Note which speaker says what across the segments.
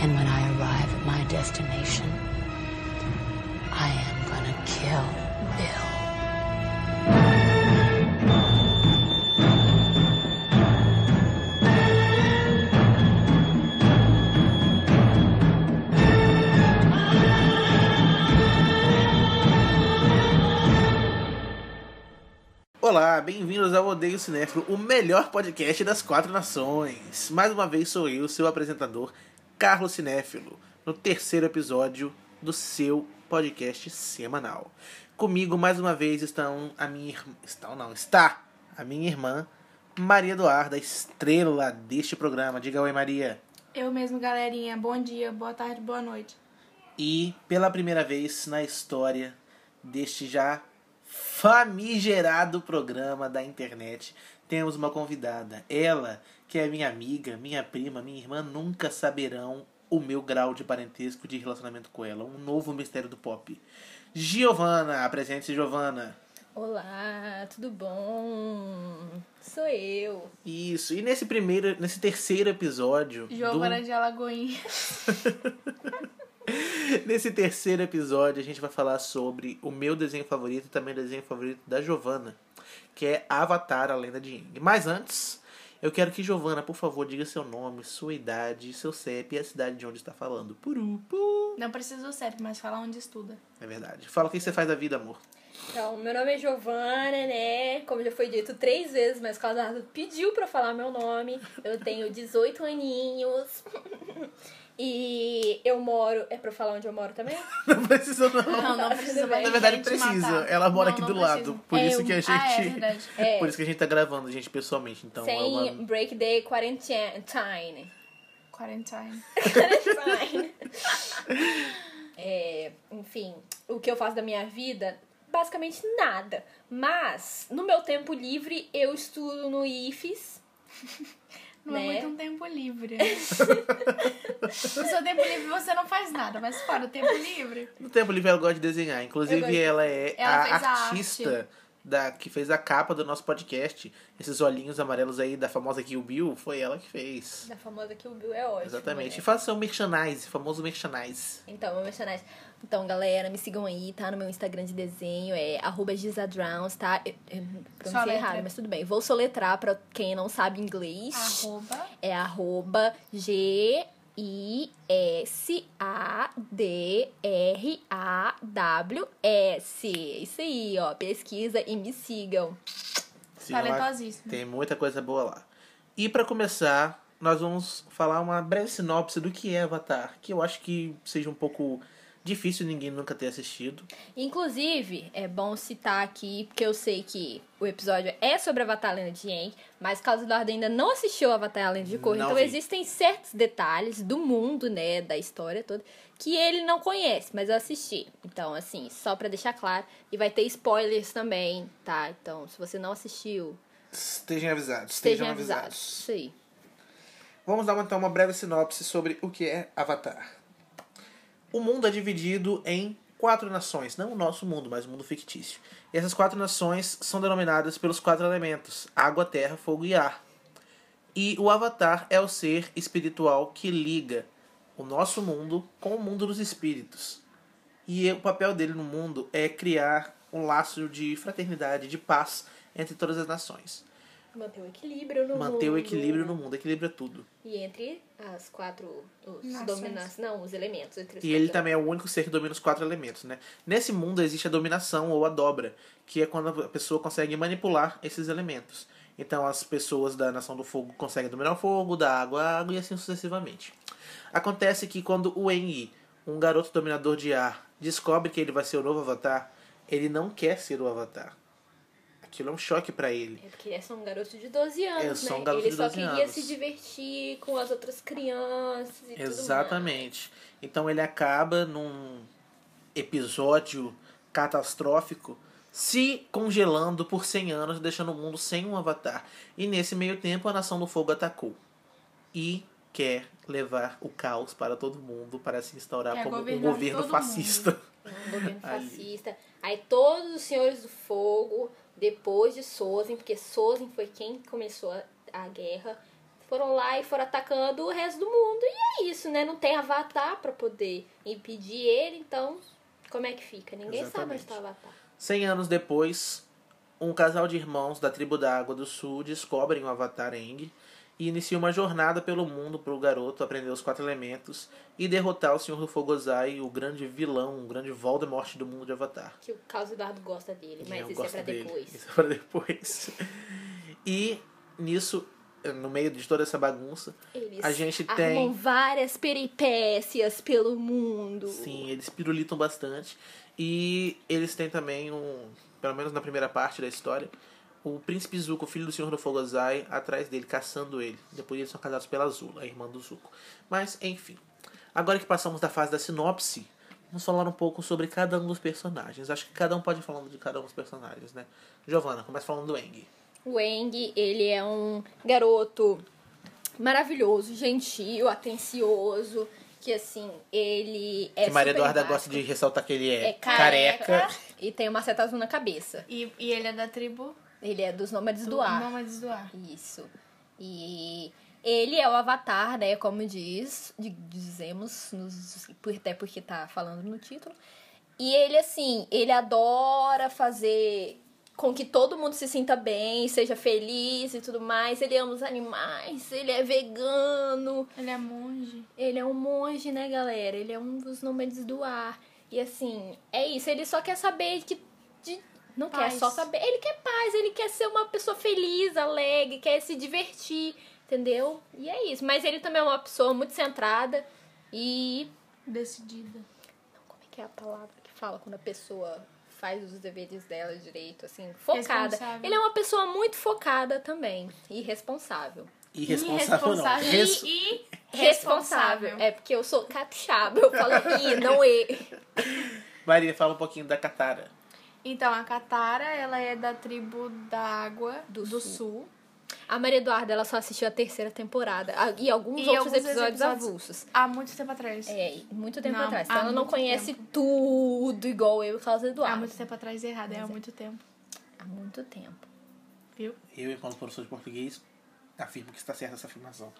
Speaker 1: And when I arrive at my destination, I am gonna kill Bill.
Speaker 2: Olá, bem-vindos ao Odeio Cinéfilo, o melhor podcast das quatro nações. Mais uma vez sou eu, seu apresentador, Carlos Cinéfilo, no terceiro episódio do seu podcast semanal. Comigo, mais uma vez, estão a minha irmã... Estão não, está a minha irmã, Maria Eduarda, estrela deste programa. Diga oi, Maria.
Speaker 3: Eu mesmo, galerinha. Bom dia, boa tarde, boa noite.
Speaker 2: E, pela primeira vez na história deste já famigerado programa da internet, temos uma convidada. Ela, que é minha amiga, minha prima, minha irmã, nunca saberão o meu grau de parentesco de relacionamento com ela. Um novo mistério do pop. Giovana, apresente-se, Giovana.
Speaker 4: Olá, tudo bom? Sou eu.
Speaker 2: Isso. E nesse primeiro, nesse terceiro episódio,
Speaker 3: Giovana
Speaker 2: do-
Speaker 3: de Alagoinha.
Speaker 2: nesse terceiro episódio a gente vai falar sobre o meu desenho favorito e também o desenho favorito da Giovana, que é Avatar, a Lenda de Aang. Mas antes, eu quero que Giovana, por favor, diga seu nome, sua idade, seu CEP e a cidade de onde está falando. Puru, pu.
Speaker 3: Não precisa do CEP, mas fala onde estuda.
Speaker 2: É verdade. Fala o que você faz da vida, amor.
Speaker 4: Então, meu nome é Giovana, né? Como já foi dito três vezes, mas Casado pediu pra eu falar meu nome. Eu tenho 18 aninhos. E eu moro. É pra eu falar onde eu moro também?
Speaker 2: Não precisa não.
Speaker 3: Não, não precisa. vai
Speaker 2: Na verdade,
Speaker 3: te
Speaker 2: precisa.
Speaker 3: matar.
Speaker 2: Ela mora
Speaker 3: Não,
Speaker 2: aqui
Speaker 3: não
Speaker 2: do
Speaker 3: precisa.
Speaker 2: lado. Por
Speaker 4: É,
Speaker 2: isso que a
Speaker 4: eu-
Speaker 2: gente.
Speaker 3: Ah, é verdade.
Speaker 4: É,
Speaker 2: Por isso que a gente tá gravando, gente, pessoalmente. Então, é
Speaker 4: sem
Speaker 2: uma...
Speaker 4: break day quarantine.
Speaker 3: Quarantine.
Speaker 4: Quarantine. É, enfim, o que eu faço da minha vida? Basicamente nada. Mas, no meu tempo livre, eu estudo no IFES.
Speaker 3: Não
Speaker 4: Né?
Speaker 3: é muito um tempo livre. né? no seu tempo livre você não faz nada, mas fora o tempo livre.
Speaker 2: No tempo livre ela gosta de desenhar. Inclusive,
Speaker 4: Eu gosto.
Speaker 2: ela é
Speaker 3: Ela
Speaker 2: a
Speaker 3: fez a
Speaker 2: artista
Speaker 3: arte.
Speaker 2: da, que fez a capa do nosso podcast. Esses olhinhos amarelos aí da famosa Kill Bill, foi ela que fez.
Speaker 4: Da famosa que o Bill é ótimo.
Speaker 2: Exatamente.
Speaker 4: né?
Speaker 2: E faça seu merchandise, famoso merchandise.
Speaker 4: Então, meu merchandise. Então, galera, me sigam aí, tá? No meu Instagram de desenho, é arroba gizadrowns, tá? Eu, eu pronunciei
Speaker 3: Soletra.
Speaker 4: errado, mas tudo bem. Vou soletrar pra quem não sabe inglês.
Speaker 3: Arroba.
Speaker 4: É arroba G I S A D R A W S. É Isso aí, ó. Pesquisa e me sigam.
Speaker 2: Sigam lá.
Speaker 3: Talentosíssimo.
Speaker 2: Tem muita coisa boa lá. E pra começar, nós vamos falar uma breve sinopse do que é Avatar, que eu acho que seja um pouco difícil ninguém nunca ter assistido.
Speaker 4: Inclusive, é bom citar aqui, porque eu sei que o episódio é sobre Avatar Lenda de Aang, mas Carlos Eduardo ainda não assistiu Avatar Lenda de Korra,
Speaker 2: Não
Speaker 4: então
Speaker 2: vi.
Speaker 4: existem certos detalhes do mundo, né, da história toda, que ele não conhece, mas eu assisti. Então, assim, só pra deixar claro, e vai ter spoilers também, tá? Então, se você não assistiu,
Speaker 2: Estejam avisados.
Speaker 4: estejam avisados. Isso aí.
Speaker 2: Vamos dar então uma breve sinopse sobre o que é Avatar. O mundo é dividido em quatro nações, não o nosso mundo, mas o mundo fictício. E essas quatro nações são denominadas pelos quatro elementos: água, terra, fogo e ar. E o Avatar é o ser espiritual que liga o nosso mundo com o mundo dos espíritos. E o papel dele no mundo é criar um laço de fraternidade, de paz entre todas as nações.
Speaker 4: Manter o equilíbrio no
Speaker 2: Manter o equilíbrio no mundo, equilíbrio é tudo.
Speaker 4: E entre as quatro, os
Speaker 3: Nações.
Speaker 4: domina- não, os elementos. Entre os
Speaker 2: E ele
Speaker 4: quatro
Speaker 2: também é o único ser que domina os quatro elementos, né? Nesse mundo existe a dominação ou a dobra, que é quando a pessoa consegue manipular esses elementos. Então as pessoas da nação do fogo conseguem dominar o fogo, da água, a água e assim sucessivamente. Acontece que quando o Enyi, um garoto dominador de ar, descobre que ele vai ser o novo avatar, ele não quer ser o avatar. Aquilo é um choque pra ele.
Speaker 4: É porque ele é só um garoto de 12 anos,
Speaker 2: É,
Speaker 4: né?
Speaker 2: só um garoto
Speaker 4: ele
Speaker 2: de
Speaker 4: só
Speaker 2: 12
Speaker 4: queria
Speaker 2: anos.
Speaker 4: se divertir com as outras crianças e
Speaker 2: Exatamente. Então ele acaba num episódio catastrófico se congelando por 100 anos, deixando o mundo sem um avatar. E nesse meio tempo a Nação do Fogo atacou e quer levar o caos para todo mundo para se instaurar
Speaker 3: Quer
Speaker 2: como um
Speaker 3: governar
Speaker 2: governo
Speaker 3: todo mundo.
Speaker 2: fascista.
Speaker 4: tudo mais. É Um governo
Speaker 2: Ali.
Speaker 4: fascista. Aí todos os senhores do fogo, depois de Sozin, porque Sozin foi quem começou a, a guerra, foram lá e foram atacando o resto do mundo. E é isso, né? Não tem avatar pra poder impedir ele, então como é que fica? Ninguém sabe onde
Speaker 2: Exatamente.
Speaker 4: tá o avatar.
Speaker 2: 100 anos depois, um casal de irmãos da tribo da Água do Sul descobrem o Avatar Aang e inicia uma jornada pelo mundo para o garoto aprender os quatro elementos e derrotar o Senhor do Fogo Ozai, o grande vilão, o grande Voldemort do mundo de Avatar.
Speaker 4: Que o Carlos Eduardo gosta dele,
Speaker 2: É,
Speaker 4: mas
Speaker 2: eu
Speaker 4: isso é
Speaker 2: gosto
Speaker 4: pra
Speaker 2: dele.
Speaker 4: depois.
Speaker 2: Isso é pra depois. e nisso, no meio de toda essa bagunça,
Speaker 4: Eles
Speaker 2: A gente
Speaker 4: arrumam
Speaker 2: tem-
Speaker 4: várias peripécias pelo mundo.
Speaker 2: Sim, eles pirulitam bastante. E eles têm também um. Pelo menos na primeira parte da história. O príncipe Zuko, filho do Senhor do Fogo Ozai, atrás dele, caçando ele. Depois eles são casados pela Azula, a irmã do Zuko. Mas, enfim. Agora que passamos da fase da sinopse, vamos falar um pouco sobre cada um dos personagens. Acho que cada um pode ir falando de cada um dos personagens, né? Giovanna, começa falando do Eng.
Speaker 4: O Eng, ele é um garoto maravilhoso, gentil, atencioso, que assim, ele é
Speaker 2: que Maria
Speaker 4: super
Speaker 2: Eduarda
Speaker 4: básico,
Speaker 2: gosta de ressaltar que ele é,
Speaker 4: é careca,
Speaker 2: careca.
Speaker 4: e tem uma seta azul na cabeça.
Speaker 3: E, e ele é da tribo
Speaker 4: Ele é dos nômades do, ar.
Speaker 3: Nômades do Ar.
Speaker 4: Isso. E ele é o avatar, né? Como diz, di- dizemos, nos- por- até porque tá falando no título. E ele, assim, ele adora fazer com que todo mundo se sinta bem, seja feliz e tudo mais. Ele ama os animais, ele é vegano.
Speaker 3: Ele é monge.
Speaker 4: Ele é um monge, né, galera? Ele é um dos nômades do ar. E assim, é isso. Ele só quer saber que. de- não
Speaker 3: Paz.
Speaker 4: quer só saber. Ele quer paz, ele quer ser uma pessoa feliz, alegre, quer se divertir, entendeu? E é isso. Mas ele também é uma pessoa muito centrada e.
Speaker 3: Decidida.
Speaker 4: Como é que é a palavra que fala quando a pessoa faz os deveres dela direito, assim? Focada.
Speaker 3: Responsável.
Speaker 4: Ele é uma pessoa muito focada também e responsável.
Speaker 2: Irresponsável, não.
Speaker 3: Irresponsável.
Speaker 2: Res-
Speaker 3: E, e
Speaker 4: Responsável.
Speaker 3: Responsável.
Speaker 4: É porque eu sou capixaba, eu falo i, não e.
Speaker 2: Maria, fala um pouquinho da Katara.
Speaker 3: Então, a Katara, ela é da tribo da água
Speaker 4: Do
Speaker 3: do,
Speaker 4: Sul.
Speaker 3: sul.
Speaker 4: A Maria Eduarda, ela só assistiu a terceira temporada a- e alguns
Speaker 3: E
Speaker 4: outros
Speaker 3: alguns
Speaker 4: episódios,
Speaker 3: episódios-
Speaker 4: avulsos.
Speaker 3: há muito tempo atrás.
Speaker 4: É, e muito tempo
Speaker 3: Não,
Speaker 4: atrás.
Speaker 3: há
Speaker 4: Então ela não
Speaker 3: muito
Speaker 4: conhece tudo igual eu e o Carlos
Speaker 3: Há
Speaker 4: Eduardo.
Speaker 3: muito tempo atrás errado, é há muito tempo.
Speaker 4: Há muito tempo.
Speaker 3: Viu?
Speaker 2: Eu, enquanto professor de português, afirmo que está certa essa afirmação.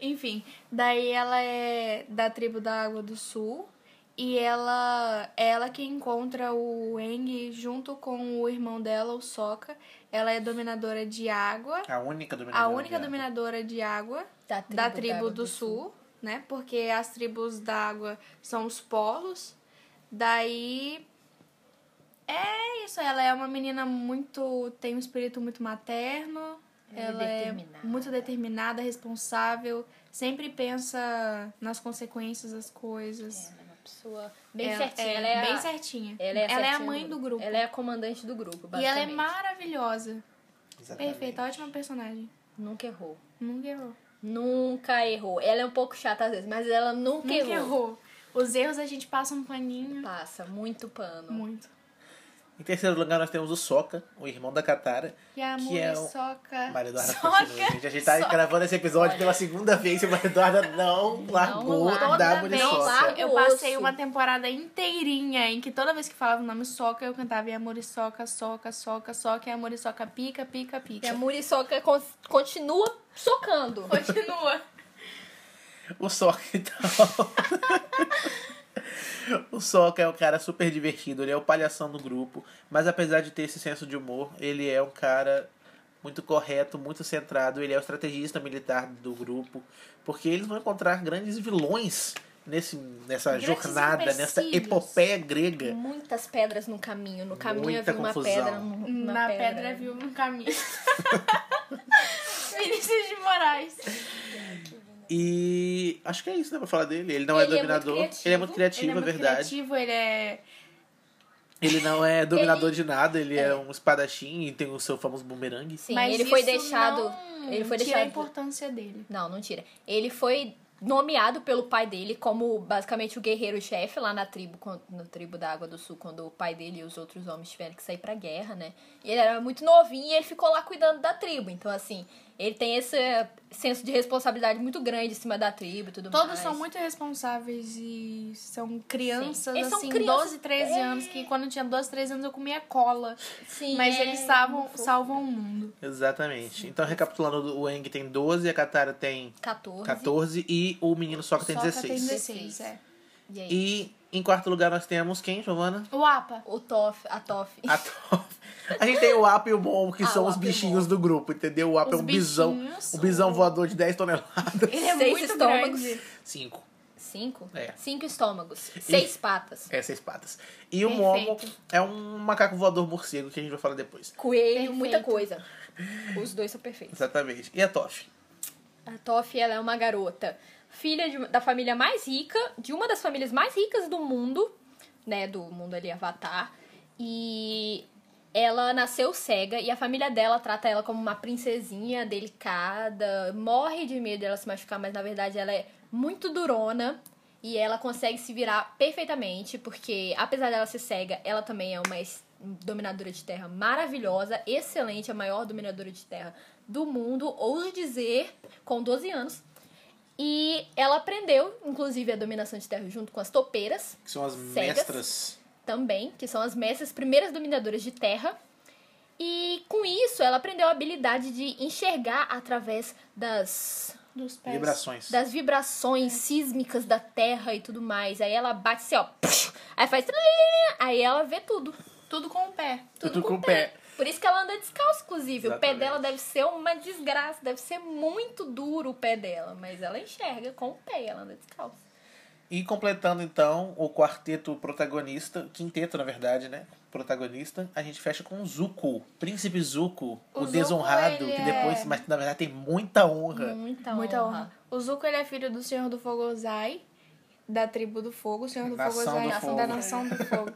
Speaker 3: Enfim, daí ela é da tribo da Água do Sul. E ela é ela que encontra o Eng junto com o irmão dela, o Sokka. Ela é dominadora de água.
Speaker 2: A única dominadora.
Speaker 3: A única
Speaker 2: de água.
Speaker 3: dominadora de água
Speaker 4: Da
Speaker 3: da
Speaker 4: tribo
Speaker 3: tribo,
Speaker 4: da Água
Speaker 3: do,
Speaker 4: do
Speaker 3: sul, né? Porque as tribos da água são os polos. Daí. É isso, ela é uma menina muito. tem um espírito muito materno.
Speaker 4: Ela é
Speaker 3: Ela é,
Speaker 4: determinada.
Speaker 3: muito determinada, responsável, sempre pensa nas consequências das coisas.
Speaker 4: Ela é uma pessoa bem
Speaker 3: Ela-
Speaker 4: certinha. ela é
Speaker 3: bem
Speaker 4: a,
Speaker 3: certinha.
Speaker 4: Ela é,
Speaker 3: a
Speaker 4: certinha
Speaker 3: mãe do grupo.
Speaker 4: Ela é a comandante do grupo,
Speaker 3: e ela é
Speaker 4: basicamente.
Speaker 3: maravilhosa.
Speaker 2: Exatamente.
Speaker 3: Perfeita, ótima personagem.
Speaker 4: Nunca errou.
Speaker 3: Nunca errou.
Speaker 4: Nunca errou. Ela é um pouco chata às vezes, mas ela nunca,
Speaker 3: Nunca errou. Os erros a gente passa um paninho.
Speaker 4: Passa muito pano.
Speaker 3: Muito.
Speaker 2: Em terceiro lugar, nós temos o Soca, o irmão da Katara.
Speaker 3: E a
Speaker 2: que é
Speaker 3: mulher
Speaker 2: o...
Speaker 3: soca.
Speaker 2: Maria Eduarda
Speaker 3: Ah, soca.
Speaker 2: continua, gente. A gente tá
Speaker 3: soca.
Speaker 2: gravando esse episódio pela segunda vez e a Maria Eduarda não largou
Speaker 4: larga.
Speaker 2: da
Speaker 3: Toda
Speaker 2: mulher
Speaker 3: vez
Speaker 4: Não
Speaker 2: Soca.
Speaker 4: larga.
Speaker 3: eu
Speaker 4: Osso.
Speaker 3: passei uma temporada inteirinha em que toda vez que falava o nome soca, eu cantava e a muriçoca, soca, soca, soca, e a muriçoca pica, pica,
Speaker 4: E a
Speaker 3: pica.
Speaker 4: muriçoca con- continua socando.
Speaker 3: Continua.
Speaker 2: O Soca, então. o Soca é um cara super divertido, ele é o palhação do grupo, mas apesar de ter esse senso de humor, ele é um cara muito correto, muito centrado, ele é o estrategista militar do grupo, porque eles vão encontrar grandes vilões nesse, nessa
Speaker 3: Grandes
Speaker 2: jornada, nessa
Speaker 3: empecilhos.
Speaker 2: epopeia grega.
Speaker 4: Muitas pedras no caminho. No caminho
Speaker 2: É. Muita
Speaker 4: havia uma
Speaker 2: confusão.
Speaker 4: pedra. um- Uma
Speaker 3: Na pedra viu um caminho. Vinícius de Moraes.
Speaker 2: E acho que é isso, né, pra falar dele. Ele não
Speaker 4: Ele é
Speaker 2: é
Speaker 4: muito
Speaker 2: dominador.
Speaker 4: criativo,
Speaker 2: ele é muito criativo,
Speaker 3: ele é
Speaker 2: é
Speaker 3: muito
Speaker 2: verdade.
Speaker 3: criativo, ele é.
Speaker 2: Ele não é dominador de nada, ele é. um espadachim e tem o seu famoso bumerangue.
Speaker 4: Sim,
Speaker 3: Mas
Speaker 4: ele foi
Speaker 3: isso
Speaker 4: deixado.
Speaker 3: não
Speaker 4: Ele foi
Speaker 3: tira a
Speaker 4: deixado.
Speaker 3: importância dele.
Speaker 4: Não, não tira. Ele foi nomeado pelo pai dele como basicamente o guerreiro-chefe lá na tribo, quan- no tribo da Água do Sul, quando o pai dele e os outros homens tiveram que sair pra guerra, né? E ele era muito novinho e ele ficou lá cuidando da tribo. Então, assim, Ele tem esse senso de responsabilidade muito grande em cima da tribo e tudo
Speaker 3: Todos
Speaker 4: mais.
Speaker 3: são muito responsáveis e são crianças,
Speaker 4: Eles são
Speaker 3: assim,
Speaker 4: crianças-
Speaker 3: 12, 13 anos, que quando eu tinha 12, 13 anos eu comia cola.
Speaker 4: Sim,
Speaker 3: mas
Speaker 4: é
Speaker 3: eles salvam,
Speaker 4: muito fofo.
Speaker 3: salvam o mundo.
Speaker 2: Exatamente. Então, recapitulando, o Eng tem 12, a Katara tem
Speaker 4: 14.
Speaker 2: 14 e o menino Sokka tem
Speaker 3: Sokka
Speaker 2: 16.
Speaker 3: tem 16, é.
Speaker 4: E aí?
Speaker 2: E em quarto lugar nós temos quem, Giovana?
Speaker 3: O APA.
Speaker 4: O Toff, a Toff.
Speaker 2: A Toph. A gente tem o Apo e o Mom, que
Speaker 4: Ah,
Speaker 2: são
Speaker 4: o
Speaker 2: os
Speaker 4: Apo e o
Speaker 2: bichinhos
Speaker 4: Mom.
Speaker 2: do grupo, entendeu? O Apo é
Speaker 3: Os
Speaker 2: um bisão.
Speaker 3: bichinhos.
Speaker 2: Um bisão voador de 10 toneladas.
Speaker 3: Ele é
Speaker 4: Seis
Speaker 3: muito
Speaker 4: estômagos.
Speaker 3: grande.
Speaker 2: Cinco.
Speaker 4: Cinco?
Speaker 2: É.
Speaker 4: Cinco estômagos. Seis patas.
Speaker 2: Essas É, patas. E o
Speaker 3: Perfeito.
Speaker 2: Momo é um macaco voador morcego que a gente vai falar depois.
Speaker 4: Coelho,
Speaker 3: Perfeito.
Speaker 4: muita coisa. Os dois são perfeitos.
Speaker 2: Exatamente. E a Toff?
Speaker 4: A Toff, ela é uma garota, filha de- da família mais rica, de uma das famílias mais ricas do mundo, né, do mundo ali Avatar. E ela nasceu cega e a família dela trata ela como uma princesinha delicada, morre de medo dela se machucar, mas na verdade ela é muito durona. E ela consegue se virar perfeitamente, porque apesar dela ser cega, ela também é uma es- dominadora de terra maravilhosa, excelente, a maior dominadora de terra do mundo, ouso dizer, com 12 anos. E ela aprendeu, inclusive, a dominação de terra junto com as topeiras
Speaker 2: Que são as
Speaker 4: Cegas.
Speaker 2: mestras.
Speaker 4: também, que são as mestras primeiras dominadoras de terra. E com isso, ela aprendeu a habilidade de enxergar através das
Speaker 3: Dos pés.
Speaker 2: Vibrações.
Speaker 4: das vibrações sísmicas da terra e tudo mais. Aí ela bate assim, ó. Aí faz. tralala, Aí ela vê tudo.
Speaker 3: Tudo com o pé.
Speaker 4: Tudo,
Speaker 2: Tudo
Speaker 4: com o pé. Por isso que ela anda descalço, inclusive. O
Speaker 2: Exatamente.
Speaker 4: pé dela deve ser uma desgraça, deve ser muito duro o pé dela. Mas ela enxerga com o pé, ela anda descalço.
Speaker 2: E completando então o quarteto protagonista, quinteto na verdade, né? Protagonista, a gente fecha com Zuko, Príncipe Zuko, o,
Speaker 3: O Zuko,
Speaker 2: desonrado,
Speaker 3: ele
Speaker 2: que
Speaker 3: é- Hum.
Speaker 2: depois, mas que na verdade tem muita honra.
Speaker 4: Muita,
Speaker 3: Muita honra. O Zuko ele é filho do Senhor do Fogo Ozai, da tribo do fogo. O Senhor do
Speaker 2: Nação
Speaker 3: Fogo Ozai,
Speaker 2: do
Speaker 3: nação
Speaker 2: Fogo.
Speaker 3: da Nação do Fogo.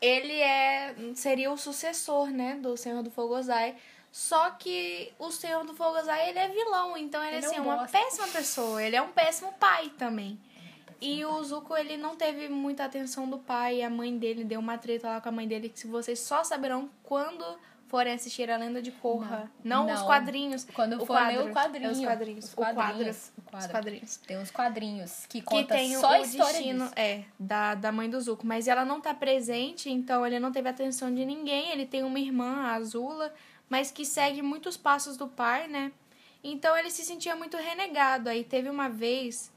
Speaker 3: Ele é seria o sucessor, né, do Senhor do Fogo Ozai. Só que o Senhor do Fogo Ozai, ele é vilão, então ele,
Speaker 4: Ele é
Speaker 3: assim, é
Speaker 4: um
Speaker 3: uma
Speaker 4: bosta.
Speaker 3: péssima pessoa, ele é um péssimo pai também. E o Zuko, ele não teve muita atenção do pai, a mãe dele deu uma treta lá com a mãe dele, que vocês só saberão quando forem assistir a Lenda de Korra. Não,
Speaker 4: Não.
Speaker 3: os quadrinhos,
Speaker 4: Quando
Speaker 3: o
Speaker 4: for ler
Speaker 3: quadro.
Speaker 4: o quadrinho.
Speaker 3: É os quadrinhos.
Speaker 4: Os
Speaker 3: O quadro.
Speaker 4: quadrinhos. O
Speaker 3: Os
Speaker 4: quadro.
Speaker 3: quadrinhos.
Speaker 4: Tem uns quadrinhos que
Speaker 3: Que
Speaker 4: conta
Speaker 3: tem
Speaker 4: só
Speaker 3: o
Speaker 4: a história
Speaker 3: destino,
Speaker 4: disso.
Speaker 3: é, da, da mãe do Zuko. Mas ela não tá presente, então ele não teve atenção de ninguém. Ele tem uma irmã, a Azula, mas que segue muitos passos do pai, né? Então ele se sentia muito renegado. Aí teve uma vez,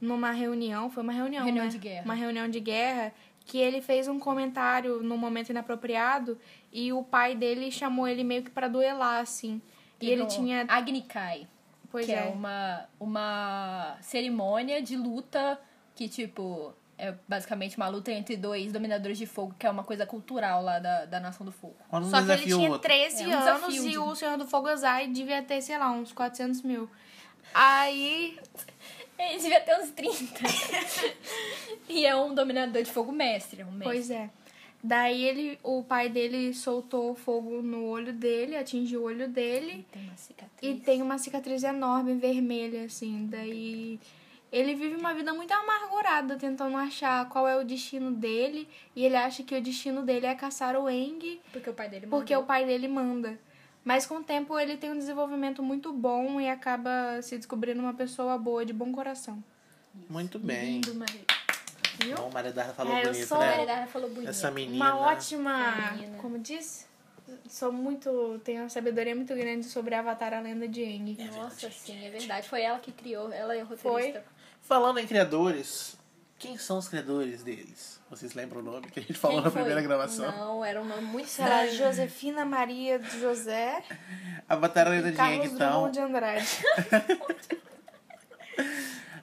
Speaker 3: numa reunião, foi uma reunião,
Speaker 4: Reunião
Speaker 3: né?
Speaker 4: de guerra.
Speaker 3: Uma reunião de guerra, que ele fez um comentário num momento inapropriado e o pai dele chamou ele meio que pra duelar, assim. E ele
Speaker 4: no
Speaker 3: tinha...
Speaker 4: Agnikai.
Speaker 3: Pois
Speaker 4: que
Speaker 3: é.
Speaker 4: é, uma, uma cerimônia de luta que, tipo, é basicamente uma luta entre dois dominadores de fogo, que é uma coisa cultural lá da, da Nação do Fogo.
Speaker 2: Quando um
Speaker 3: Só que ele
Speaker 2: desafia o
Speaker 3: tinha
Speaker 2: outro.
Speaker 3: 13
Speaker 4: É, um
Speaker 3: anos
Speaker 4: desafio
Speaker 3: e
Speaker 4: de-
Speaker 3: o Senhor do Fogo Ozai devia ter, sei lá, uns 400 mil. Aí,
Speaker 4: Ele devia ter uns 30. e é um dominador de fogo mestre, é um mestre.
Speaker 3: pois é. Daí ele, o pai dele soltou fogo no olho dele, atingiu o olho dele
Speaker 4: Tem uma
Speaker 3: e
Speaker 4: cicatriz.
Speaker 3: tem uma cicatriz enorme vermelha assim. Daí ele vive uma vida muito amargurada tentando achar qual é o destino dele e ele acha que o destino dele é caçar o Eng
Speaker 4: Porque o pai dele
Speaker 3: porque o
Speaker 4: morreu.
Speaker 3: pai dele manda. Mas com o tempo ele tem um desenvolvimento muito bom e acaba se descobrindo uma pessoa boa, de bom coração.
Speaker 2: Muito bem.
Speaker 4: Lindo, Maria.
Speaker 3: Viu?
Speaker 2: Bom, Maria Darda falou
Speaker 3: Ah, eu
Speaker 2: bonito,
Speaker 3: sou
Speaker 2: né?
Speaker 4: Maria Dara falou bonito.
Speaker 2: Essa menina.
Speaker 3: Uma ótima.
Speaker 4: Menina.
Speaker 3: Como diz? Sou muito. Tenho uma sabedoria muito grande sobre Avatar a Lenda de Aang.
Speaker 4: Nossa, sim, é verdade. Foi ela que criou, ela é roteirista.
Speaker 2: Falando em criadores, quem são os criadores deles? Vocês lembram o nome que a gente falou
Speaker 4: Quem
Speaker 2: na
Speaker 4: foi?
Speaker 2: primeira gravação?
Speaker 4: Não, era um nome muito
Speaker 3: Será
Speaker 4: estranho.
Speaker 3: Josefina Maria de José
Speaker 2: A Batalha
Speaker 3: e
Speaker 2: Lenda de Yang,
Speaker 3: Carlos
Speaker 2: então.
Speaker 3: Drummond de Andrade.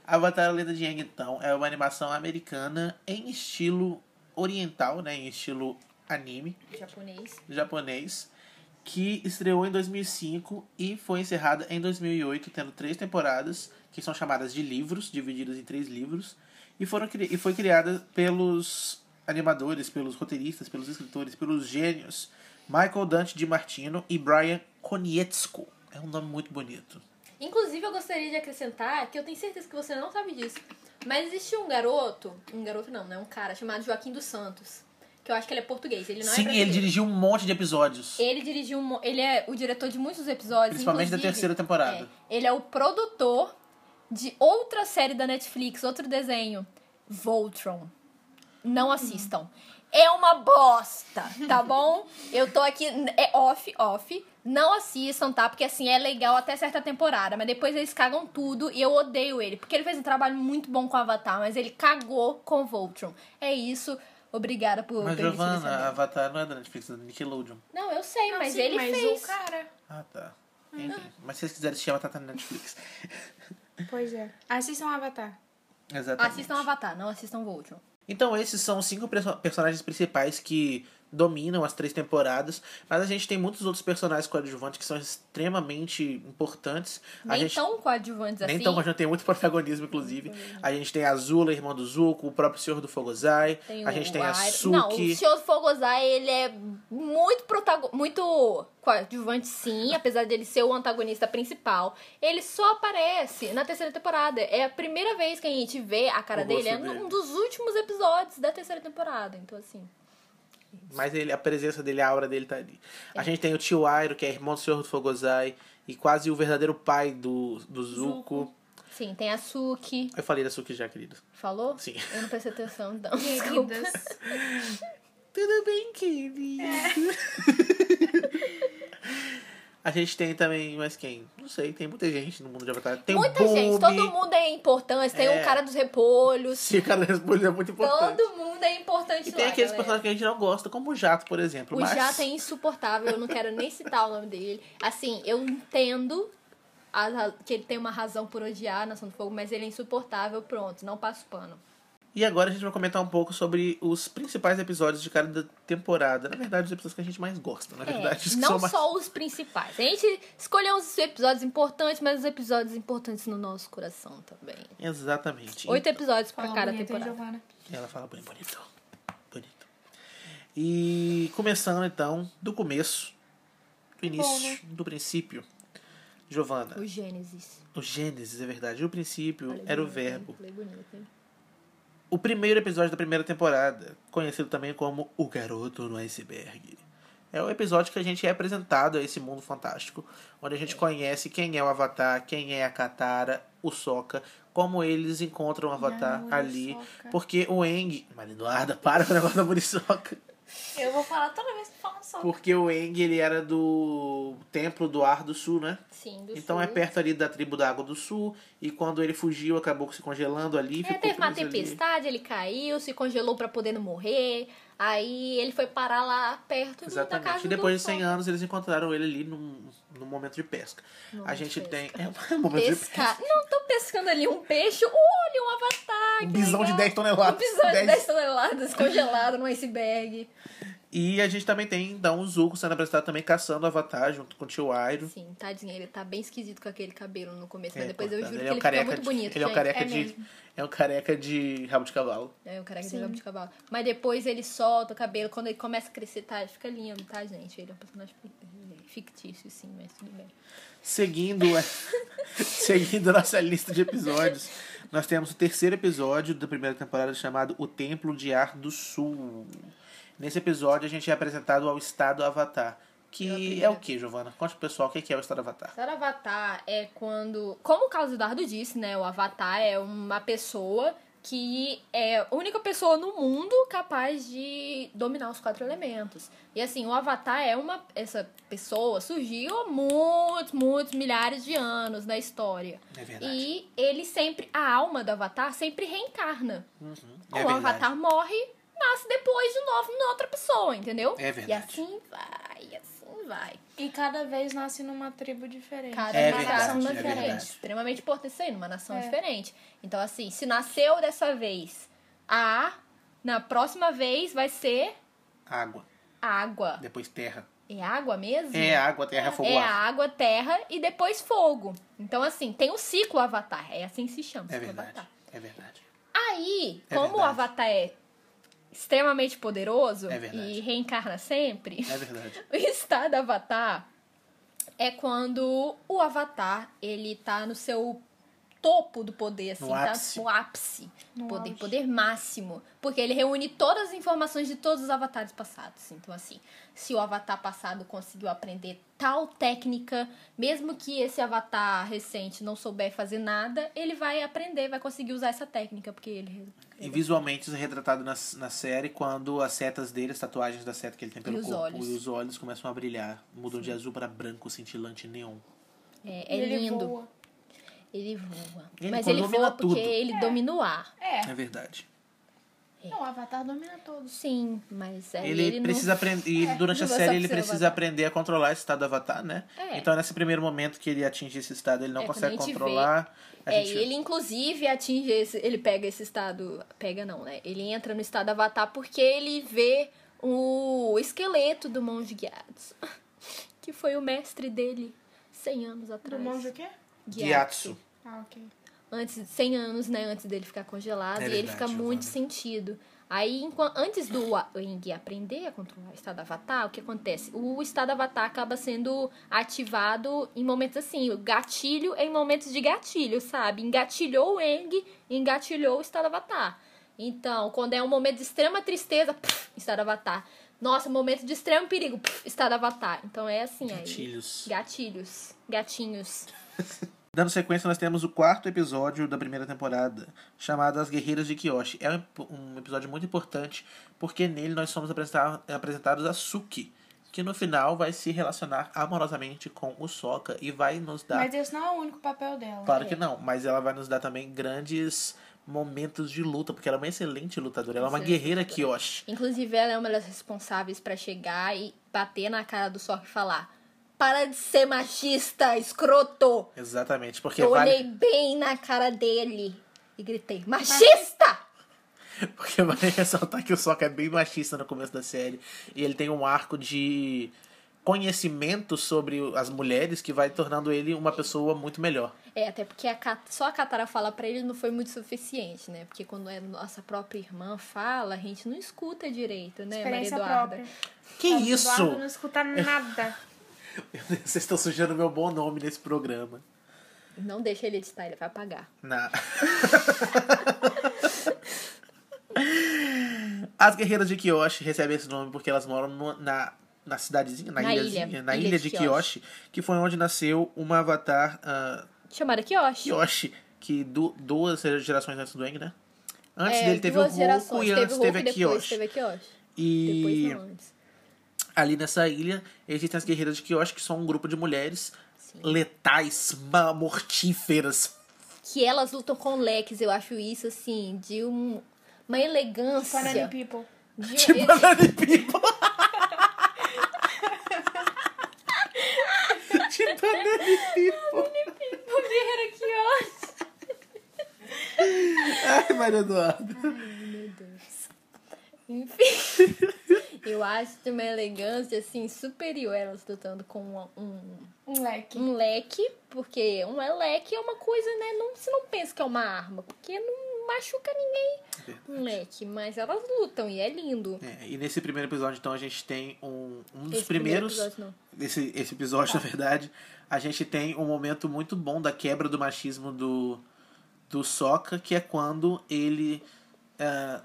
Speaker 2: A Batalha Lenda de Yang, então, é uma animação americana em estilo oriental, né? Em estilo anime.
Speaker 4: Japonês.
Speaker 2: japonês que estreou em 2005 e foi encerrada em 2008, tendo três temporadas que são chamadas de livros, divididos em três livros, e foram cri- e foi criada pelos animadores, pelos roteiristas, pelos escritores, pelos gênios Michael Dante Di Martino e Brian Konietzko. É um nome muito bonito.
Speaker 4: Inclusive, eu gostaria de acrescentar que eu tenho certeza que você não sabe disso. Mas existe um garoto, um garoto não, né? Um cara chamado Joaquim dos Santos. que eu acho que ele é português. Ele não é
Speaker 2: Sim,
Speaker 4: brasileiro.
Speaker 2: ele dirigiu um monte de episódios.
Speaker 4: Ele dirigiu. mo- Ele é o diretor de muitos episódios.
Speaker 2: Principalmente da
Speaker 4: inclusive,
Speaker 2: terceira temporada.
Speaker 4: é, ele é o produtor de outra série da Netflix, outro desenho. Voltron. Não assistam. É uma bosta, tá bom? Eu tô aqui. É off, off. Não assistam, tá? Porque assim, é legal até certa temporada, mas depois eles cagam tudo e eu odeio ele. Porque ele fez um trabalho muito bom com Avatar, mas ele cagou com Voltron. É isso. Obrigada por
Speaker 2: Mas,
Speaker 4: permitir isso a mim.
Speaker 2: Giovanna, Avatar não é da Netflix, é da Nickelodeon.
Speaker 4: Não, eu sei,
Speaker 3: Não,
Speaker 4: mas
Speaker 3: sim,
Speaker 4: ele
Speaker 3: mas
Speaker 4: fez.
Speaker 3: o cara.
Speaker 2: Ah, tá.
Speaker 4: Hum.
Speaker 2: Enfim. Mas se vocês quiserem assistir Avatar, tá na Netflix.
Speaker 3: Pois é. Assistam Avatar.
Speaker 2: Exatamente.
Speaker 4: Assistam Avatar, não assistam Voltron.
Speaker 2: Então, esses são os cinco perso- personagens principais que dominam as três temporadas, mas a gente tem muitos outros personagens coadjuvantes que são extremamente importantes. a
Speaker 4: Nem
Speaker 2: gente
Speaker 4: tão coadjuvantes
Speaker 2: nem
Speaker 4: assim.
Speaker 2: tão, mas já tem muito protagonismo, inclusive. A gente tem a Azula, irmã do Zuko, o próprio Senhor do Fogozai,
Speaker 4: Tem
Speaker 2: a gente
Speaker 4: o
Speaker 2: tem a
Speaker 4: Iron-
Speaker 2: Suki.
Speaker 4: Não, o Shio Fogozai, ele é muito protagonista, muito coadjuvante sim, apesar dele ser o antagonista principal. Ele só aparece na terceira temporada. É a primeira vez que a gente vê a cara
Speaker 2: O
Speaker 4: dele, é
Speaker 2: rosto dele.
Speaker 4: um dos últimos episódios da terceira temporada. Então, assim,
Speaker 2: Mas ele, a presença dele, a aura dele tá ali. A gente tem o tio Airo, que é irmão do Senhor do Fogozai, e quase o verdadeiro pai do, do Zuko.
Speaker 4: sim, tem a Suki,
Speaker 2: Eu falei da Suki já, querido.
Speaker 4: falou?
Speaker 2: Sim.
Speaker 4: Eu não prestei atenção, então. Desculpa.
Speaker 3: Queridas.
Speaker 2: Tudo bem, querido? É. a gente tem também, mas quem? Não sei, tem muita gente no mundo de Avatar. Tem
Speaker 4: Muita
Speaker 2: o
Speaker 4: gente,
Speaker 2: Boomy.
Speaker 4: todo mundo é importante. Tem
Speaker 2: É.
Speaker 4: o cara dos repolhos,
Speaker 2: Sim, cara, responde é muito importante.
Speaker 4: Todo mundo é importante
Speaker 2: E tem
Speaker 4: lá,
Speaker 2: aqueles
Speaker 4: galera.
Speaker 2: personagens que a gente não gosta, como o Jato, por exemplo.
Speaker 4: O
Speaker 2: mas...
Speaker 4: Jato é insuportável, eu não quero nem citar o nome dele. Assim, eu entendo a ra- que ele tem uma razão por odiar a Nação do Fogo, mas ele é insuportável, pronto, não passo pano.
Speaker 2: E agora a gente vai comentar um pouco sobre os principais episódios de cada temporada. Na verdade, os episódios que a gente mais gosta, na
Speaker 4: É,
Speaker 2: verdade. os que
Speaker 4: não
Speaker 2: são mais-
Speaker 4: só os principais. A gente escolheu os episódios importantes, mas os episódios importantes no nosso coração também.
Speaker 2: Exatamente.
Speaker 4: Oito episódios pra cada
Speaker 3: bonito, hein,
Speaker 4: temporada.
Speaker 3: Giovana?
Speaker 2: Ela fala bem bonito. Bonito. E começando então do começo, do
Speaker 4: né?
Speaker 2: início, do princípio. Giovana,
Speaker 4: O Gênesis.
Speaker 2: o Gênesis, é verdade. O princípio
Speaker 4: Olha,
Speaker 2: era o
Speaker 4: bonito, hein?
Speaker 2: verbo.
Speaker 4: Falei bonito, hein?
Speaker 2: O primeiro episódio da primeira temporada, conhecido também como O Garoto no Iceberg. É o episódio que a gente é apresentado a esse mundo fantástico, onde a gente conhece quem é o Avatar, quem é a Katara, o Sokka, como eles encontram o Avatar
Speaker 3: Não,
Speaker 2: ali.
Speaker 3: Sokka.
Speaker 2: Porque o Eng. Marinuarda, para com o negócio da Muriçoca.
Speaker 3: Eu vou falar toda vez que falar só.
Speaker 2: Porque o Eng, ele era do Templo do Ar do Sul, né?
Speaker 4: Sim, do
Speaker 2: Então
Speaker 4: sul.
Speaker 2: é perto ali da tribo da Água do Sul. E quando ele fugiu, acabou se congelando ali.
Speaker 4: É,
Speaker 2: ficou
Speaker 4: teve uma
Speaker 2: preso ali.
Speaker 4: tempestade, ele caiu, se congelou pra poder não morrer. Aí ele foi parar lá perto do- da
Speaker 2: Exatamente.
Speaker 4: casa
Speaker 2: E depois assim,
Speaker 4: do
Speaker 2: de 100
Speaker 4: Tom.
Speaker 2: anos, eles encontraram ele ali num, num momento de pesca.
Speaker 4: Momento
Speaker 2: a gente
Speaker 4: de
Speaker 2: tem. É um momento de pesca.
Speaker 4: Pescar. Não, tô pescando ali um peixe. Olha, um avatar.
Speaker 2: Um
Speaker 4: que
Speaker 2: bisão de
Speaker 4: legal.
Speaker 2: 10 toneladas.
Speaker 4: Um bisão de
Speaker 2: 10.
Speaker 4: 10 toneladas congelado no iceberg.
Speaker 2: E a gente também tem, então, o Zuko sendo apresentado também caçando o Avatar junto com o tio Airo.
Speaker 4: Sim, tadinho, ele tá bem esquisito com aquele cabelo no começo,
Speaker 2: Uhum. É,
Speaker 4: mas depois eu
Speaker 2: coitado. Ele
Speaker 4: juro que
Speaker 2: é um
Speaker 4: ele fica
Speaker 2: careca
Speaker 4: muito
Speaker 2: de-
Speaker 4: bonito.
Speaker 2: Ele é um
Speaker 4: gente.
Speaker 2: careca
Speaker 3: É
Speaker 2: de. É um careca de rabo de cavalo.
Speaker 4: É, o careca de
Speaker 3: Sim.
Speaker 4: rabo de cavalo. Mas depois ele solta o cabelo, quando ele começa a crescer, tá? Ele fica lindo, tá, gente? Ele é um personagem fictício, sim, mas tudo bem.
Speaker 2: Seguindo, é, seguindo nossa lista de episódios, nós temos o terceiro episódio da primeira temporada chamado O Templo de Ar do Sul. Nesse episódio a gente é apresentado ao Estado Avatar. Que é o que, Giovana? Conte pro pessoal o que é o Estado Avatar.
Speaker 4: Avatar. Então, Avatar é quando. Como o Carlos Eduardo disse, né? O Avatar é uma pessoa que é a única pessoa no mundo capaz de dominar os quatro elementos. E assim, o Avatar é uma. Essa pessoa surgiu há muitos, muitos milhares de anos na história.
Speaker 2: É verdade.
Speaker 4: E ele sempre. A alma do Avatar sempre reencarna.
Speaker 2: É
Speaker 4: o
Speaker 2: verdade.
Speaker 4: Avatar morre, nasce depois de novo em outra pessoa, entendeu?
Speaker 2: É
Speaker 4: E
Speaker 2: verdade.
Speaker 4: assim vai, e assim vai.
Speaker 3: E cada vez nasce numa tribo diferente.
Speaker 4: Cada
Speaker 2: É
Speaker 4: uma
Speaker 2: verdade,
Speaker 4: nação
Speaker 2: é
Speaker 4: diferente.
Speaker 2: verdade.
Speaker 4: Extremamente importante isso aí, numa nação
Speaker 3: É.
Speaker 4: diferente. Então, assim, se nasceu dessa vez a, na próxima vez vai ser
Speaker 2: Água,
Speaker 4: água.
Speaker 2: depois terra.
Speaker 4: É água mesmo?
Speaker 2: É água, terra, fogo,
Speaker 4: É
Speaker 2: ar.
Speaker 4: água, terra e depois fogo. Então, assim, tem o ciclo Avatar. É assim que se chama.
Speaker 2: É
Speaker 4: ciclo
Speaker 2: verdade.
Speaker 4: Avatar.
Speaker 2: É verdade.
Speaker 4: Aí,
Speaker 2: É
Speaker 4: como o
Speaker 2: verdade.
Speaker 4: Avatar é extremamente poderoso
Speaker 2: É verdade.
Speaker 4: e reencarna sempre,
Speaker 2: É verdade.
Speaker 4: O estado avatar é quando o avatar, ele tá no seu topo do poder, assim,
Speaker 2: No
Speaker 4: tá?
Speaker 2: ápice.
Speaker 4: O ápice. do
Speaker 3: No
Speaker 4: poder,
Speaker 3: auge.
Speaker 4: poder máximo. Porque ele reúne todas as informações de todos os avatares passados. Então, assim, se o avatar passado conseguiu aprender tal técnica, mesmo que esse avatar recente não souber fazer nada, ele vai aprender, vai conseguir usar essa técnica, porque ele.
Speaker 2: E visualmente isso é retratado na, na série quando as setas dele, as tatuagens da seta que ele tem pelo
Speaker 4: E os
Speaker 2: corpo
Speaker 4: olhos.
Speaker 2: e os olhos começam a brilhar, mudam de azul para branco cintilante neon.
Speaker 4: É, é
Speaker 3: Ele
Speaker 4: lindo.
Speaker 3: voa.
Speaker 4: Ele voa.
Speaker 2: Ele
Speaker 4: Mas ele
Speaker 2: domina
Speaker 4: voa porque
Speaker 2: tudo.
Speaker 4: ele domina o ar.
Speaker 3: É.
Speaker 2: É verdade.
Speaker 3: Não, o Avatar domina todos.
Speaker 4: Sim, mas aí
Speaker 2: Ele,
Speaker 4: É, ele, não- É,
Speaker 2: precisa aprender. E durante a
Speaker 4: não vai
Speaker 2: série
Speaker 4: só
Speaker 2: ele
Speaker 4: ser o
Speaker 2: precisa
Speaker 4: avatar.
Speaker 2: aprender a controlar esse estado do avatar, né?
Speaker 4: É.
Speaker 2: Então nesse primeiro momento que ele atinge esse estado, ele não
Speaker 4: É, quando
Speaker 2: consegue
Speaker 4: a gente vê-
Speaker 2: controlar. A
Speaker 4: É,
Speaker 2: gente-
Speaker 4: e ele inclusive atinge esse, ele pega esse estado, pega não, né? Ele entra no estado avatar porque ele vê o esqueleto do monge Gyatso, que foi o mestre dele 100 anos atrás.
Speaker 3: Do monge o quê?
Speaker 2: Gyatso.
Speaker 3: Ah, ok.
Speaker 4: Antes de 100 anos, né, antes dele ficar congelado,
Speaker 2: É
Speaker 4: e ele
Speaker 2: verdade,
Speaker 4: fica muito sentido. Aí, enqua- antes do a- Eng aprender a controlar o estado avatar, o que acontece? O estado avatar acaba sendo ativado em momentos assim, o gatilho em momentos de gatilho, sabe? Engatilhou o Eng, engatilhou o estado avatar. Então, quando é um momento de extrema tristeza, puf, estado avatar. Nossa, um momento de extremo perigo, puf, estado avatar. Então é assim aí.
Speaker 2: Gatilhos.
Speaker 4: Gatilhos. Gatinhos.
Speaker 2: Dando sequência, nós temos o quarto episódio da primeira temporada, chamado As Guerreiras de Kyoshi. É um imp- um episódio muito importante, porque nele nós somos apresenta- apresentados a Suki, que no final vai se relacionar amorosamente com o Sokka e vai nos dar.
Speaker 3: Mas esse não é o único papel dela. É,
Speaker 2: Claro que não, mas ela vai nos dar também grandes momentos de luta, porque ela é uma excelente lutadora, ela é uma
Speaker 4: Excelente
Speaker 2: guerreira
Speaker 4: lutadora.
Speaker 2: Kyoshi.
Speaker 4: Inclusive, ela é uma das responsáveis pra chegar e bater na cara do Sok e falar: Para de ser machista, escroto!
Speaker 2: Exatamente, porque
Speaker 4: Eu
Speaker 2: vale.
Speaker 4: olhei bem na cara dele e gritei: Machista!
Speaker 2: Porque vale ressaltar que o Sokka é bem machista no começo da série. E ele tem um arco de conhecimento sobre as mulheres que vai tornando ele uma pessoa muito melhor.
Speaker 4: É, até porque a Kat- só a Katara falar pra ele não foi muito suficiente, né? Porque quando é nossa própria irmã fala, a gente não escuta direito, né, Maria
Speaker 3: Experiência
Speaker 4: Eduarda?
Speaker 3: própria.
Speaker 2: Que
Speaker 3: Eduardo né?
Speaker 2: isso?
Speaker 3: não escuta nada.
Speaker 2: Meu Deus, Vocês estão sujando meu bom nome nesse programa.
Speaker 4: Não deixa ele editar, ele vai apagar.
Speaker 2: Na... As guerreiras de Kyoshi recebem esse nome porque elas moram no- na, na cidadezinha, na,
Speaker 4: Na
Speaker 2: ilhazinha,
Speaker 4: ilha.
Speaker 2: na ilha,
Speaker 4: Ilha
Speaker 2: de
Speaker 4: de
Speaker 2: Kyoshi, que foi onde nasceu uma avatar ah,
Speaker 4: Chamaram Kyoshi.
Speaker 2: Kyoshi, que du- duas gerações antes do Eng, né? Antes
Speaker 4: É,
Speaker 2: dele teve o
Speaker 4: duas
Speaker 2: Roku
Speaker 4: gerações.
Speaker 2: e antes
Speaker 4: teve,
Speaker 2: teve,
Speaker 4: o
Speaker 2: a
Speaker 4: Hulk, depois
Speaker 2: Kyoshi.
Speaker 4: teve a Kyoshi.
Speaker 2: E
Speaker 4: Depois não, antes.
Speaker 2: ali nessa ilha existem as guerreiras de Kyoshi, que são um grupo de mulheres
Speaker 4: Sim.
Speaker 2: letais, ma- mortíferas.
Speaker 4: que elas lutam com leques, eu acho isso assim, de um- uma elegância.
Speaker 3: Banana people.
Speaker 4: de um-
Speaker 2: Tipo Banana People. tipo Banana People.
Speaker 4: Primeiro que ótimo.
Speaker 2: Ai, Maria Eduarda.
Speaker 4: Enfim. Eu acho de uma elegância assim superior elas lutando com um, um,
Speaker 3: Um leque.
Speaker 4: um leque, porque um leque é uma coisa, né? Não, você não pensa que é uma arma, porque não machuca ninguém um leque, mas elas lutam e é lindo.
Speaker 2: É, e nesse primeiro episódio, então, a gente tem um, um dos
Speaker 4: Esse primeiro
Speaker 2: primeiros.
Speaker 4: episódio, não.
Speaker 2: esse, esse episódio, na verdade, a gente tem um momento muito bom da quebra do machismo do, do Sokka, que é quando ele ah,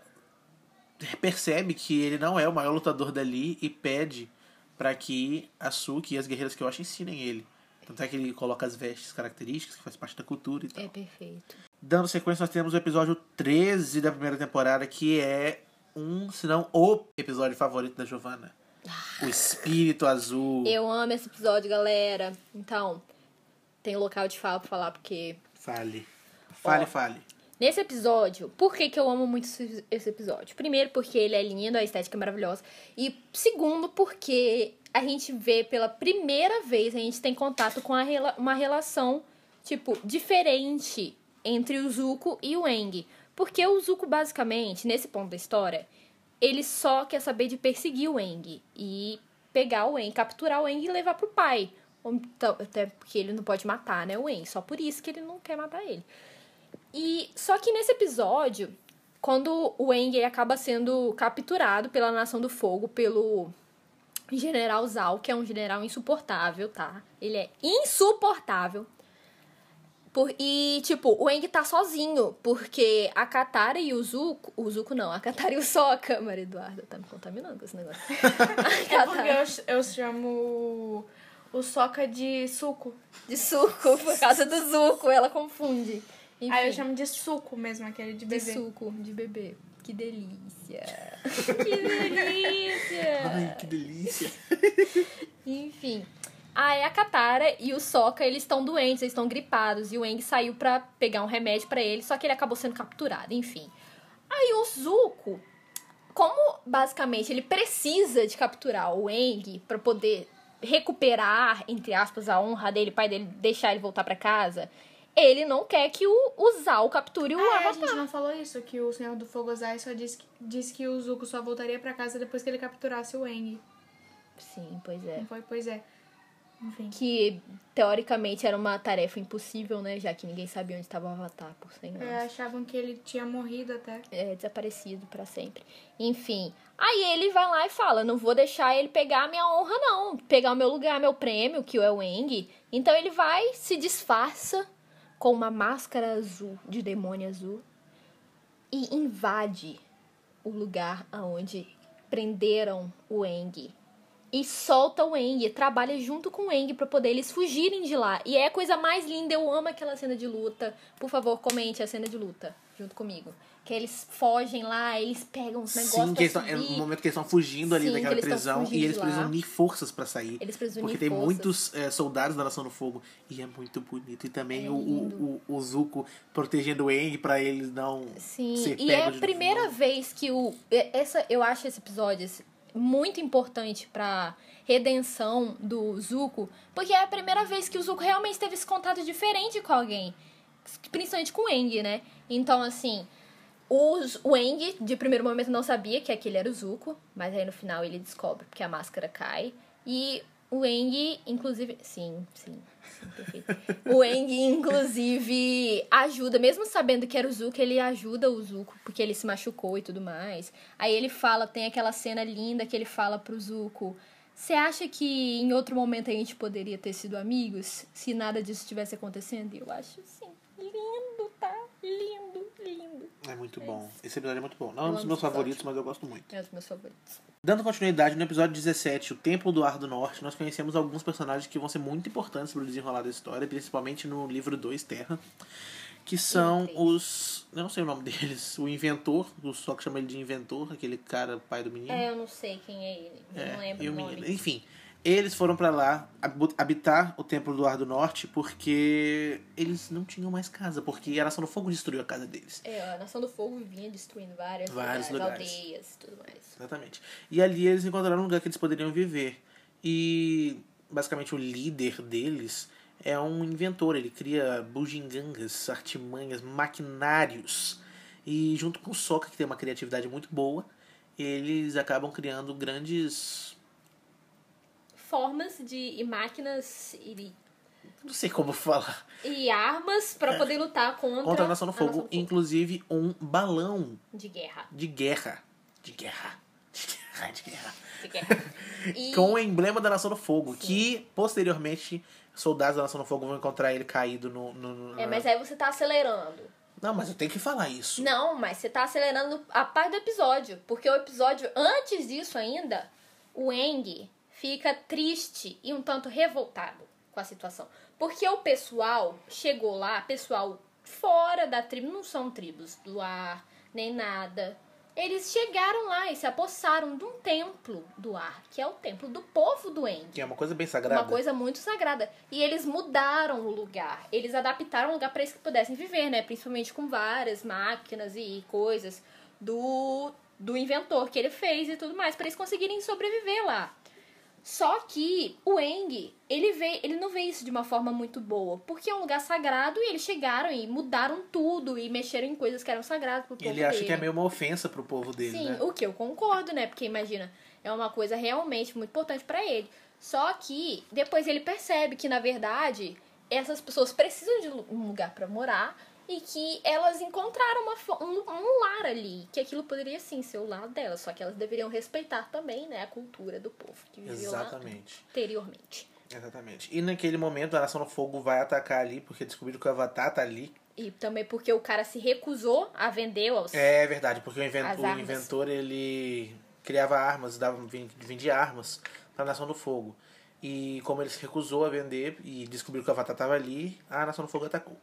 Speaker 2: percebe que ele não é o maior lutador dali e pede para que a Suki e as guerreiras que eu acho ensinem ele. Tanto é que ele coloca as vestes características, que faz parte da cultura e tal.
Speaker 4: É perfeito.
Speaker 2: Dando sequência, nós temos o episódio 13 da primeira temporada, que é um, se não o episódio favorito da Giovanna. O espírito azul.
Speaker 4: Eu amo esse episódio, galera. Então, tem local de fala pra falar, porque
Speaker 2: Fale. Fale,
Speaker 4: Ó.
Speaker 2: fale.
Speaker 4: Nesse episódio, por que, que eu amo muito esse esse episódio? Primeiro, porque ele é lindo, a estética é maravilhosa. E segundo, porque a gente vê pela primeira vez, a gente tem contato com a rela- uma relação, tipo, diferente entre o Zuko e o Eng. Porque o Zuko, basicamente, nesse ponto da história, ele só quer saber de perseguir o Eng. E pegar o Eng, capturar o Eng e levar pro pai. Ou Então, até porque ele não pode matar, né, o Eng. Só por isso que ele não quer matar ele. E só que nesse episódio, quando o Eng acaba sendo capturado pela Nação do Fogo, pelo General Zal, que é um general insuportável, tá? Ele é insuportável. Por, e, tipo, o Eng tá sozinho, porque a Katara e o Zuko. O Zuko não, a Katara e o Sokka. Maria Eduarda tá me contaminando com esse negócio. a
Speaker 3: É porque
Speaker 4: Katara
Speaker 3: eu, eu chamo o soca de suco.
Speaker 4: de suco, por causa do Zuko, ela confunde. Enfim,
Speaker 3: Aí eu chamo de suco mesmo, aquele de
Speaker 4: de
Speaker 3: bebê.
Speaker 4: suco, de bebê. Que delícia.
Speaker 3: Que
Speaker 4: é,
Speaker 3: delícia!
Speaker 2: Ai, que delícia.
Speaker 4: Enfim. Aí a Katara e o Sokka, eles estão doentes, eles estão gripados. E o Eng saiu pra pegar um remédio pra ele, só que ele acabou sendo capturado, enfim. Aí o Zuko, como basicamente ele precisa de capturar o Eng pra poder recuperar, entre aspas, a honra dele, o pai dele deixar ele voltar pra casa, ele não quer que o, o Zao capture o
Speaker 3: Ah, é, a
Speaker 4: Avatar.
Speaker 3: gente não falou isso, que o Senhor do Fogo Ozai só disse que, disse que o Zuko só voltaria pra casa depois que ele capturasse o Aang.
Speaker 4: Sim, pois é.
Speaker 3: Não foi? Pois é. Enfim.
Speaker 4: Que teoricamente era uma tarefa impossível, né? Já que ninguém sabia onde estava o Avatar por 100 anos.
Speaker 3: É, achavam que ele tinha morrido até.
Speaker 4: é, desaparecido pra sempre. Enfim. Aí ele vai lá e fala: não vou deixar ele pegar a minha honra, não. Pegar o meu lugar, meu prêmio, que é o Eng. Então ele vai, se disfarça com uma máscara azul, de demônio azul, e invade o lugar aonde prenderam o Eng. E solta o Eng, trabalha junto com o Eng pra poder eles fugirem de lá. E é a coisa mais linda, eu amo aquela cena de luta. Por favor, comente a cena de luta junto comigo. Que eles fogem lá, eles pegam os negócios.
Speaker 2: Sim, que
Speaker 4: pra
Speaker 2: eles tão- é no
Speaker 4: subir.
Speaker 2: momento que eles estão fugindo ali
Speaker 4: Sim,
Speaker 2: daquela
Speaker 4: que eles tão
Speaker 2: prisão
Speaker 4: fugindo
Speaker 2: e eles
Speaker 4: lá.
Speaker 2: precisam unir forças pra sair.
Speaker 4: Eles precisam
Speaker 2: Porque
Speaker 4: unir
Speaker 2: tem
Speaker 4: forças.
Speaker 2: muitos eh, soldados da Nação do Fogo e é muito bonito. E também
Speaker 4: É
Speaker 2: o, o, o- o Zuko protegendo o Aang pra ele não
Speaker 4: Sim,
Speaker 2: ser
Speaker 4: e
Speaker 2: pego
Speaker 4: é a
Speaker 2: de
Speaker 4: primeira
Speaker 2: novo.
Speaker 4: vez que o. e- Essa, eu acho esse episódio esse, muito importante pra redenção do Zuko, porque é a primeira vez que o Zuko realmente teve esse contato diferente com alguém. Principalmente com o Eng, né? Então, assim. Os, o Eng, de primeiro momento, não sabia que aquele era o Zuko, mas aí no final ele descobre, porque a máscara cai. E o Eng, inclusive. Sim, sim. sim, perfeito. o Eng, inclusive, ajuda, mesmo sabendo que era o Zuko, ele ajuda o Zuko, porque ele se machucou e tudo mais. Aí ele fala, tem aquela cena linda que ele fala pro Zuko. Você acha que em outro momento a gente poderia ter sido amigos se nada disso tivesse acontecendo? E Eu acho sim. Lindo, tá? Lindo, lindo.
Speaker 2: É muito bom. Esse episódio é muito bom. Não é um dos
Speaker 4: amo
Speaker 2: meus
Speaker 4: esse episódio.
Speaker 2: favoritos, mas eu gosto muito.
Speaker 4: É um dos meus favoritos.
Speaker 2: Dando continuidade, no episódio 17, O Templo do Ar do Norte, nós conhecemos alguns personagens que vão ser muito importantes para o desenrolar da história, principalmente no livro 2, Terra, que são
Speaker 4: três.
Speaker 2: os... Eu não sei o nome deles. O Inventor, o só que chama ele de Inventor, aquele cara, pai do menino.
Speaker 4: É, eu não sei quem é ele. Eu
Speaker 2: Hum. É,
Speaker 4: não lembro
Speaker 2: e o
Speaker 4: o
Speaker 2: menino.
Speaker 4: nome.
Speaker 2: Enfim, eles foram pra lá habu- habitar o Templo do Ar do Norte porque eles não tinham mais casa, porque a Nação do Fogo destruiu a casa deles.
Speaker 4: É, a Nação do Fogo vinha destruindo várias
Speaker 2: Vários lugares.
Speaker 4: aldeias e tudo mais.
Speaker 2: Exatamente. E ali eles encontraram um lugar que eles poderiam viver. E basicamente o líder deles é um inventor, ele cria bugigangas, artimanhas, maquinários. E junto com o Sokka, que tem uma criatividade muito boa, eles acabam criando grandes.
Speaker 4: Formas de e máquinas e,
Speaker 2: Não sei como falar.
Speaker 4: e armas pra poder lutar contra,
Speaker 2: É. Contra a Nação do
Speaker 4: Nação
Speaker 2: Fogo. Inclusive um balão
Speaker 4: De guerra.
Speaker 2: de guerra. De guerra. De guerra, de guerra.
Speaker 4: De guerra. E-
Speaker 2: com o emblema da Nação do Fogo, que posteriormente soldados da Nação do Fogo vão encontrar ele caído no. no- no-
Speaker 4: É, mas aí você tá acelerando.
Speaker 2: Não, mas eu tenho que falar isso.
Speaker 4: Não, mas você tá acelerando a parte do episódio. Porque o episódio, antes disso ainda, o Eng fica triste e um tanto revoltado com a situação. Porque o pessoal chegou lá, pessoal fora da tribo, não são tribos do ar, nem nada. Eles chegaram lá e se apossaram de um templo do ar, que é o templo do povo do Eng.
Speaker 2: Que é uma coisa bem sagrada.
Speaker 4: Uma coisa muito sagrada. E eles mudaram o lugar. Eles adaptaram o lugar para eles que pudessem viver, né? Principalmente com várias máquinas e coisas do, do inventor que ele fez e tudo mais, para eles conseguirem sobreviver lá. Só que o Eng, ele vê, ele não vê isso de uma forma muito boa, porque é um lugar sagrado e eles chegaram e mudaram tudo e mexeram em coisas que eram sagradas pro
Speaker 2: E
Speaker 4: povo
Speaker 2: ele acha
Speaker 4: dele.
Speaker 2: que é meio uma ofensa pro povo dele,
Speaker 4: Sim,
Speaker 2: né?
Speaker 4: o que eu concordo, né? Porque imagina, é uma coisa realmente muito importante pra ele. Só que depois ele percebe que na verdade essas pessoas precisam de lu- um lugar pra morar e que elas encontraram uma fo- um, um lar ali, que aquilo poderia sim ser o lar delas, só que elas deveriam respeitar também, né, a cultura do povo que viveu lá
Speaker 2: Exatamente.
Speaker 4: anteriormente.
Speaker 2: Exatamente. E naquele momento a Nação do Fogo vai atacar ali, porque descobriram que o Avatar tá ali.
Speaker 4: E também porque o cara se recusou a vender aos.
Speaker 2: É verdade, porque o, inven-
Speaker 4: As
Speaker 2: o
Speaker 4: armas.
Speaker 2: inventor ele criava armas, dava, vin- vendia armas pra Nação do Fogo. E como ele se recusou a vender e descobriu que o Avatar tava ali, a Nação do Fogo atacou.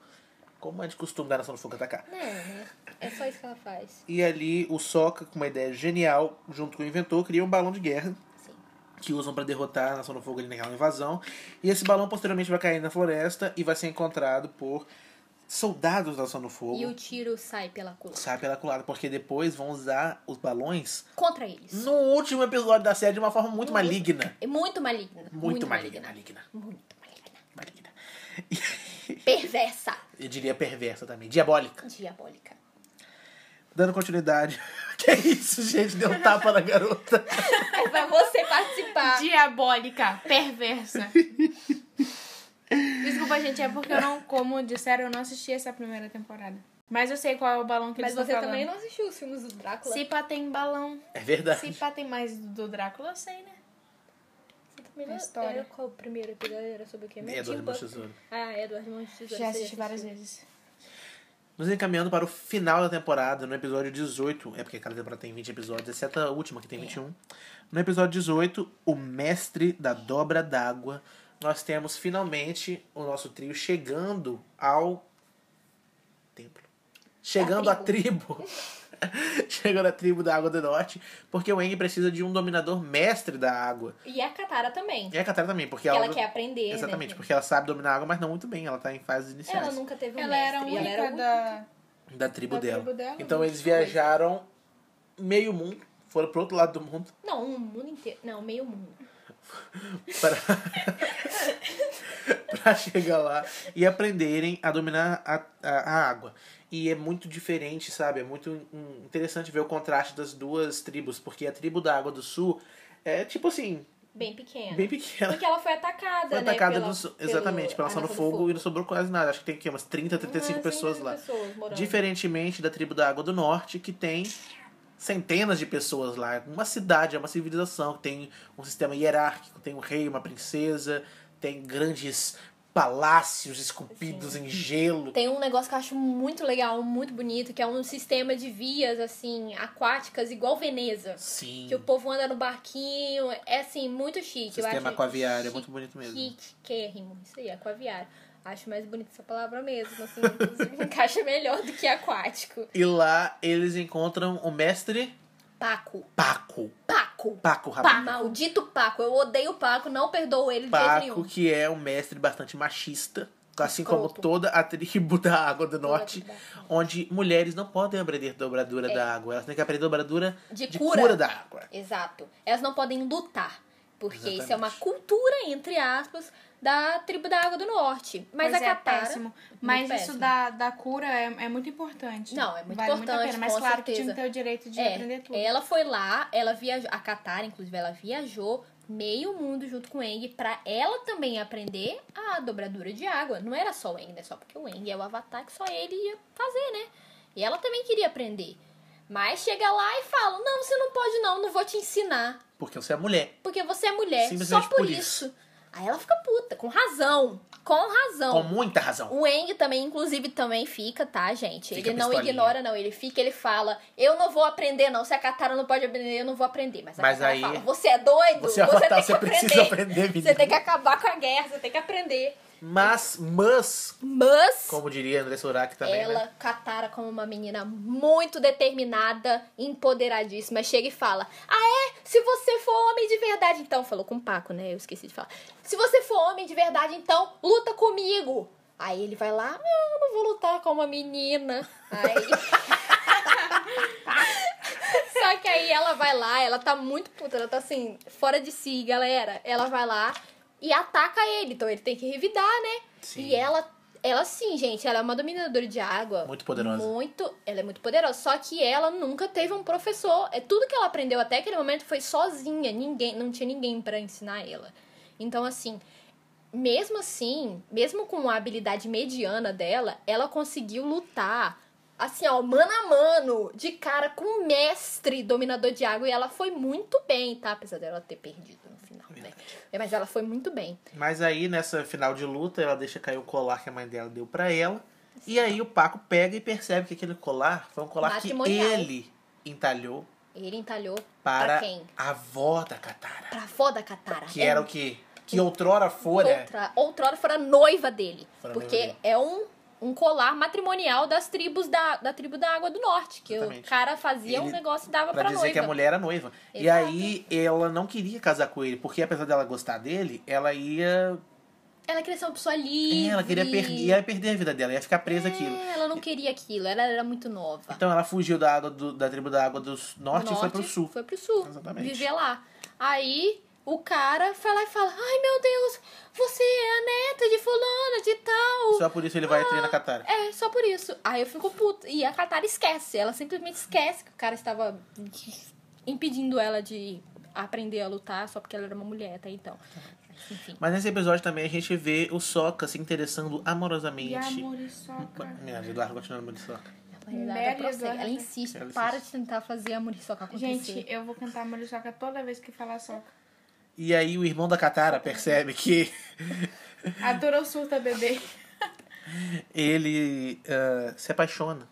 Speaker 2: Como é de costume da Nação do Fogo atacar.
Speaker 4: É, né? É só isso que ela faz.
Speaker 2: E ali o Sokka, com uma ideia genial, junto com o inventor, cria um balão de guerra
Speaker 4: Sim.
Speaker 2: que usam pra derrotar a Nação do Fogo ali naquela invasão. E esse balão posteriormente vai cair na floresta e vai ser encontrado por soldados da Nação do Fogo.
Speaker 4: E o tiro sai pela culpa.
Speaker 2: Sai pela culada, porque depois vão usar os balões
Speaker 4: Contra eles.
Speaker 2: no último episódio da série de uma forma muito maligna.
Speaker 4: É muito maligna.
Speaker 2: Muito, maligna, maligna,
Speaker 4: Muito maligna.
Speaker 2: maligna.
Speaker 4: Perversa.
Speaker 2: Eu diria perversa também, diabólica.
Speaker 4: Diabólica.
Speaker 2: Dando continuidade. que é isso, gente? Deu um tapa na garota.
Speaker 4: É pra você participar.
Speaker 3: Diabólica, perversa. Desculpa, gente, é porque eu não, como disseram, eu não assisti essa primeira temporada. Mas eu sei qual é o balão que
Speaker 4: Mas
Speaker 3: eles
Speaker 4: você
Speaker 3: estão
Speaker 4: também
Speaker 3: falando.
Speaker 4: não assistiu os filmes do Drácula.
Speaker 3: Se pá tem balão.
Speaker 2: É
Speaker 3: Se
Speaker 2: verdade.
Speaker 3: pá tem mais do Drácula, eu sei, né?
Speaker 4: Você também é
Speaker 3: a história.
Speaker 4: Era qual o primeiro episódio? Era sobre o quê?
Speaker 2: É, Eduardo
Speaker 4: Matilda.
Speaker 2: Mão de Tesouro.
Speaker 4: Ah, Eduardo Mão de Tesouro.
Speaker 3: Já
Speaker 4: você
Speaker 3: assisti várias
Speaker 4: assistiu.
Speaker 3: vezes.
Speaker 2: Nos encaminhando para o final da temporada, no episódio 18. É porque cada temporada tem 20 episódios, exceto a última que tem 21. No episódio 18, o mestre da dobra d'água, nós temos finalmente o nosso trio chegando ao templo. Chegando à tribo. chegando à tribo da Água do Norte, porque o Eng precisa de um dominador mestre da água.
Speaker 4: E a Katara também.
Speaker 2: E a Katara também, porque
Speaker 4: Ela,
Speaker 2: ela.
Speaker 4: quer aprender,
Speaker 2: Exatamente,
Speaker 4: né?
Speaker 2: porque ela sabe dominar a água, mas não muito bem. Ela tá em fases iniciais
Speaker 4: Ela nunca teve um
Speaker 3: Ela era a
Speaker 4: mestre,
Speaker 3: única
Speaker 4: ela era
Speaker 3: da...
Speaker 2: da tribo,
Speaker 3: Da
Speaker 2: dela.
Speaker 3: tribo dela,
Speaker 2: Então
Speaker 3: né?
Speaker 2: eles viajaram meio mundo, foram pro outro lado do mundo
Speaker 4: Não, o mundo inteiro. Não, meio mundo.
Speaker 2: para para chegar lá e aprenderem a dominar a, a, a água. E é muito diferente, sabe? É muito hum, interessante ver o contraste das duas tribos, porque a tribo da Água do Sul é tipo assim,
Speaker 4: Bem pequena.
Speaker 2: bem pequena.
Speaker 4: Porque ela foi atacada,
Speaker 2: Foi
Speaker 4: né? Ah,
Speaker 2: atacada
Speaker 4: pela-
Speaker 2: do sul- exatamente, pela ação do fogo, e não sobrou quase nada. Acho que tem o quê? Umas 30, 35
Speaker 4: Umas
Speaker 2: pessoas
Speaker 4: 100
Speaker 2: lá.
Speaker 4: Ah, né, pessoas morando.
Speaker 2: Diferentemente da tribo da Água do Norte, que tem centenas de pessoas lá. Uma cidade, é uma civilização, que tem um sistema hierárquico, tem um rei, uma princesa, tem grandes palácios esculpidos em gelo.
Speaker 4: Tem um negócio que eu acho muito legal, muito bonito, que é um sistema de vias, assim, aquáticas, igual Veneza.
Speaker 2: Sim.
Speaker 4: Que o povo anda no barquinho, é assim, muito chique. eu acho
Speaker 2: Sistema aquaviário, é
Speaker 4: chique,
Speaker 2: muito bonito mesmo.
Speaker 4: Chiquérrimo, isso aí, aquaviário. Acho mais bonita essa palavra mesmo, assim, inclusive encaixa melhor do que aquático.
Speaker 2: E lá eles encontram o mestre
Speaker 4: Paco,
Speaker 2: Paco.
Speaker 4: Paco,
Speaker 2: Paco,
Speaker 4: Paco,
Speaker 2: rapaz.
Speaker 4: maldito Paco, eu odeio o Paco, não perdoo ele de jeito
Speaker 2: Paco,
Speaker 4: nenhum.
Speaker 2: que é um mestre bastante machista, assim como
Speaker 4: Escroto.
Speaker 2: toda a tribo da Água do Norte,
Speaker 4: tribo da Água. É.
Speaker 2: onde mulheres não podem aprender dobradura da água, elas têm que aprender dobradura
Speaker 4: De
Speaker 2: de
Speaker 4: cura.
Speaker 2: cura da água.
Speaker 4: Exato. Elas não podem lutar. Porque isso é uma
Speaker 2: Exatamente.
Speaker 4: cultura, entre aspas, da tribo da Água do Norte. Mas
Speaker 3: Pois
Speaker 4: a
Speaker 3: é,
Speaker 4: Katara...
Speaker 3: péssimo. Mas
Speaker 4: Muito
Speaker 3: isso
Speaker 4: péssimo.
Speaker 3: da, da cura é, é muito importante.
Speaker 4: Não, é muito
Speaker 3: vale Muito a
Speaker 4: importante,
Speaker 3: pena, mas
Speaker 4: com
Speaker 3: claro que
Speaker 4: certeza.
Speaker 3: tinha que ter o direito de
Speaker 4: É,
Speaker 3: aprender tudo.
Speaker 4: ela foi lá, ela viajou... A Katara, inclusive, ela viajou meio mundo junto com o Aang pra ela também aprender a dobradura de água. Não era só o Aang, né? Só porque o Aang é o avatar que só ele ia fazer, né? E ela também queria aprender. Mas chega lá e fala, não, você não pode não, não vou te ensinar.
Speaker 2: Porque você é mulher.
Speaker 4: Porque você é mulher, só
Speaker 2: Simplesmente
Speaker 4: por,
Speaker 2: por
Speaker 4: isso. Aí ela fica puta, com razão. Com
Speaker 2: Com
Speaker 4: razão.
Speaker 2: muita razão.
Speaker 4: O Eng também, inclusive, também fica, tá, gente?
Speaker 2: Fica
Speaker 4: ele não
Speaker 2: pistolinha.
Speaker 4: ignora, não. Ele fica, ele fala, eu não vou aprender, não. Se a Katara não pode aprender, eu não vou aprender. Mas a
Speaker 2: Mas
Speaker 4: Katara
Speaker 2: aí-
Speaker 4: fala, você é doido?
Speaker 2: Você é avatar,
Speaker 4: tem que
Speaker 2: você precisa aprender, menino.
Speaker 4: Você tem que acabar com a guerra, você tem que aprender.
Speaker 2: Mas, mas,
Speaker 4: Mas...
Speaker 2: como diria André Surak também,
Speaker 4: ela,
Speaker 2: né?
Speaker 4: Katara, como uma menina muito determinada, empoderadíssima, chega e fala: Ah, é? Se você for homem de verdade, então. Falou com o Paco, né? Eu esqueci de falar. Se você for homem de verdade, então, luta comigo. Aí ele vai lá: Não, eu não vou lutar com uma menina. Aí. Só que aí ela vai lá, ela tá muito puta, ela tá assim, fora de si, galera. Ela vai lá e ataca ele, então ele tem que revidar, né?
Speaker 2: Sim.
Speaker 4: E ela, ela sim, gente, ela é uma dominadora de água.
Speaker 2: Muito poderosa.
Speaker 4: Muito, ela é muito poderosa, só que ela nunca teve um professor. É tudo que ela aprendeu até aquele momento foi sozinha, ninguém, não tinha ninguém pra ensinar ela. Então assim, mesmo assim, mesmo com a habilidade mediana dela, ela conseguiu lutar assim, ó, mano a mano, de cara com o mestre dominador de água e ela foi muito bem, tá? Apesar dela ter perdido no final, né? Mas ela foi muito bem.
Speaker 2: Mas aí, nessa final de luta, ela deixa cair o colar que a mãe dela deu pra ela. E aí o Paco pega e percebe que aquele colar foi um colar que
Speaker 4: Matrimonial.
Speaker 2: ele entalhou
Speaker 4: Ele entalhou
Speaker 2: para
Speaker 4: pra quem?
Speaker 2: a avó da Katara.
Speaker 4: Pra avó da Katara. É
Speaker 2: Que era o que? Que outrora né? fora.
Speaker 4: Outra, outrora fora noiva dele.
Speaker 2: Fora
Speaker 4: porque
Speaker 2: noiva dele.
Speaker 4: é um, um colar matrimonial das tribos da, da tribo da Água do Norte. Que
Speaker 2: Exatamente.
Speaker 4: o cara fazia um
Speaker 2: Ele-
Speaker 4: negócio e dava pra,
Speaker 2: Pra dizer
Speaker 4: noiva.
Speaker 2: que a mulher era noiva. E
Speaker 4: Exato.
Speaker 2: aí ela não queria casar com ele, porque apesar dela gostar dele, ela ia.
Speaker 4: Ela queria ser uma pessoa
Speaker 2: É,
Speaker 4: livre.
Speaker 2: Ela queria per... ia perder a vida dela, ia ficar presa aquilo.
Speaker 4: É, ela não queria aquilo, ela era muito nova.
Speaker 2: Então ela fugiu da, água do- da tribo da água do norte, e foi pro sul.
Speaker 4: Foi pro sul.
Speaker 2: Exatamente.
Speaker 4: Viver lá. Aí o cara vai lá e fala: Ai meu Deus, você é a neta de fulana, de tal.
Speaker 2: Só por isso ele vai treinar a Katara.
Speaker 4: É, só por isso. Aí eu fico puta. E a Katara esquece. Ela simplesmente esquece que o cara estava impedindo ela de aprender a lutar só porque ela era uma mulher até então. Mas, Enfim.
Speaker 2: Mas nesse episódio também a gente vê o Sokka se interessando amorosamente.
Speaker 3: E amor e soca.
Speaker 2: Minha vida, Eduardo continua no Sokka.
Speaker 4: a realidade
Speaker 3: Mary
Speaker 4: prossegue.
Speaker 3: Eduarda.
Speaker 4: Ela insiste.
Speaker 2: Ela insiste.
Speaker 4: Para de tentar fazer a Muriçoca acontecer.
Speaker 3: Gente, eu vou cantar amor e soca toda vez que falar soca.
Speaker 2: E aí o irmão da Katara percebe que
Speaker 3: Adorou surta, bebê.
Speaker 2: ele ah, se apaixona.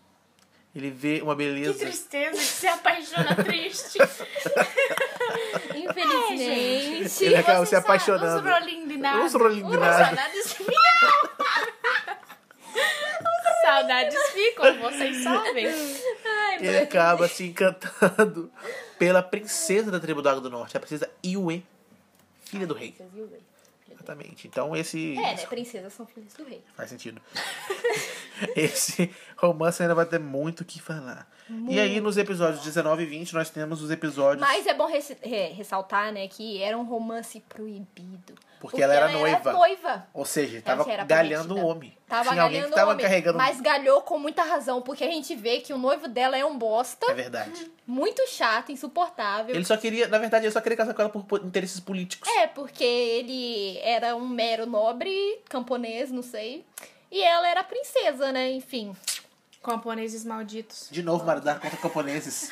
Speaker 2: Ele vê uma
Speaker 3: Que
Speaker 2: beleza.
Speaker 3: tristeza que se apaixona triste. é,
Speaker 4: infelizmente.
Speaker 2: Ele acaba
Speaker 3: Vocês
Speaker 2: se apaixonando.
Speaker 3: são Os rolindinários.
Speaker 2: Os rolindinários.
Speaker 3: saudades ficam. saudades ficam, vocês sabem.
Speaker 4: Ai,
Speaker 2: Ele acaba se encantando pela princesa da tribo da Água do Norte, a princesa Iue, filha do rei.
Speaker 4: princesas e o rei.
Speaker 2: Exatamente. Então esse.
Speaker 4: É, né? Princesas são filhas do rei.
Speaker 2: Faz sentido. Esse romance ainda vai ter muito o que falar. E aí, nos episódios 19 e 20, nós temos os episódios.
Speaker 4: Mas é bom resi- re- ressaltar, né, que era um romance proibido.
Speaker 2: Porque ela era noiva.
Speaker 4: noiva.
Speaker 2: Ou seja, tava
Speaker 4: já era
Speaker 2: galhando o
Speaker 4: prometida.
Speaker 2: homem.
Speaker 4: Tava
Speaker 2: Tinha alguém que
Speaker 4: galhando
Speaker 2: tava
Speaker 4: o homem,
Speaker 2: carregando.
Speaker 4: mas galhou com muita razão, porque a gente vê que o noivo dela é um bosta,
Speaker 2: É verdade.
Speaker 4: muito chato, insuportável.
Speaker 2: Ele só queria, na verdade, ele só queria casar com ela por po- interesses políticos.
Speaker 4: É, porque ele era um mero nobre, camponês, não sei. E ela era princesa, né? Enfim.
Speaker 3: Camponeses malditos.
Speaker 2: De novo, maridar contra camponeses.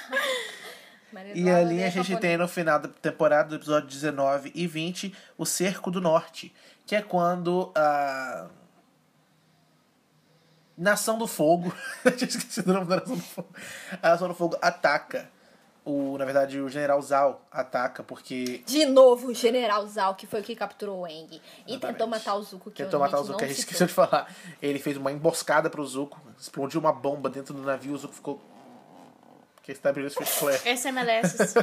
Speaker 4: Maria
Speaker 2: E
Speaker 4: Eduarda
Speaker 2: ali
Speaker 4: era
Speaker 2: a gente
Speaker 4: camponesa.
Speaker 2: tem no final da temporada, do episódio 19 e 20, o Cerco do Norte, que é quando a. Nação do Fogo. Eu tinha esquecido o nome da Nação do Fogo. A Nação do Fogo ataca. O, na verdade, o General Zal ataca, porque.
Speaker 4: De novo, o General Zal, que foi o que capturou o Eng. E tentou
Speaker 2: Exatamente.
Speaker 4: matar o Zuko, que
Speaker 2: Tentou
Speaker 4: eu
Speaker 2: matar o
Speaker 4: realmente
Speaker 2: Zuko, é a gente
Speaker 4: não citou.
Speaker 2: esqueceu de falar. Ele fez uma emboscada pro Zuko, explodiu uma bomba dentro do navio, o Zuko ficou. Que estabilizou fez flare.
Speaker 3: SMLS.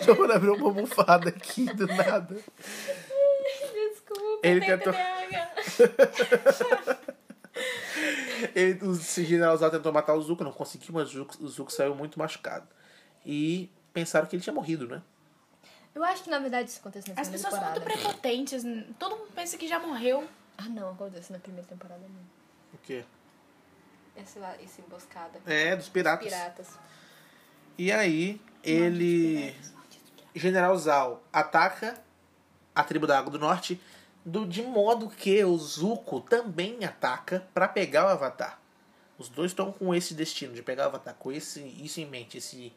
Speaker 2: Joana abriu uma almofada aqui do nada.
Speaker 4: Desculpa,
Speaker 2: Ele
Speaker 4: tem
Speaker 2: tentou-
Speaker 4: TDAH.
Speaker 2: Ele, o general Zal tentou matar o Zuko, não conseguiu, mas o Zuko, o Zuko saiu muito machucado. E pensaram que ele tinha morrido, né?
Speaker 4: Eu acho que na verdade isso acontece na
Speaker 3: As
Speaker 4: segunda
Speaker 3: pessoas são
Speaker 4: temporada.
Speaker 3: muito prepotentes. Todo mundo pensa que já morreu.
Speaker 4: Ah, não, acontece na primeira temporada mesmo.
Speaker 2: O quê?
Speaker 4: Essa, lá- essa emboscada.
Speaker 2: É, dos piratas.
Speaker 4: Piratas.
Speaker 2: E aí, ele. General Zal ataca a tribo da Água do Norte, do, de modo que o Zuko também ataca pra pegar o Avatar. Os dois estão com esse destino de pegar o Avatar, com esse, isso em mente, esse.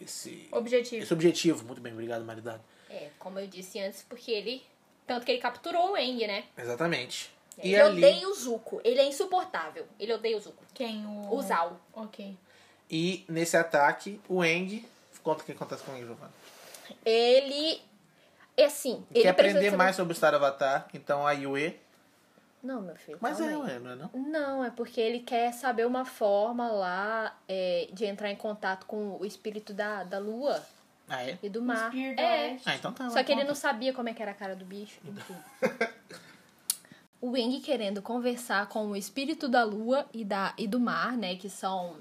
Speaker 2: Esse,
Speaker 3: Objetivo.
Speaker 2: esse objetivo. É Muito bem, obrigado, maridado.
Speaker 4: É, como eu disse antes, porque ele. Tanto que ele capturou o Eng, né?
Speaker 2: Exatamente.
Speaker 4: ele odeia o Zuko. Ele é insuportável. Ele odeia o Zuko.
Speaker 3: Quem?
Speaker 2: Ah.
Speaker 3: O...
Speaker 4: O Zal.
Speaker 3: Ok.
Speaker 2: E nesse ataque, o Eng. Conta o que acontece com o Eng, Giovanna.
Speaker 4: Ele. É assim. Ele
Speaker 2: Quer
Speaker 4: precisa
Speaker 2: aprender
Speaker 4: saber-
Speaker 2: mais sobre o Star Avatar, então a Yue.
Speaker 4: Não, meu filho.
Speaker 2: Mas
Speaker 4: calma
Speaker 2: é,
Speaker 4: aí.
Speaker 2: ué, não é não?
Speaker 4: Não, é porque ele quer saber uma forma lá é, de entrar em contato com o espírito da, da lua
Speaker 2: Ah, é?
Speaker 4: e do mar.
Speaker 3: Espírito né?
Speaker 4: É,
Speaker 3: Oeste.
Speaker 2: Ah, então tá.
Speaker 4: Só
Speaker 2: vai,
Speaker 4: que ele
Speaker 2: conta.
Speaker 4: não sabia como é que era a cara do bicho.
Speaker 3: Então.
Speaker 4: Enfim. o Wing querendo conversar com o espírito da lua e, da, e do mar, né? Que são.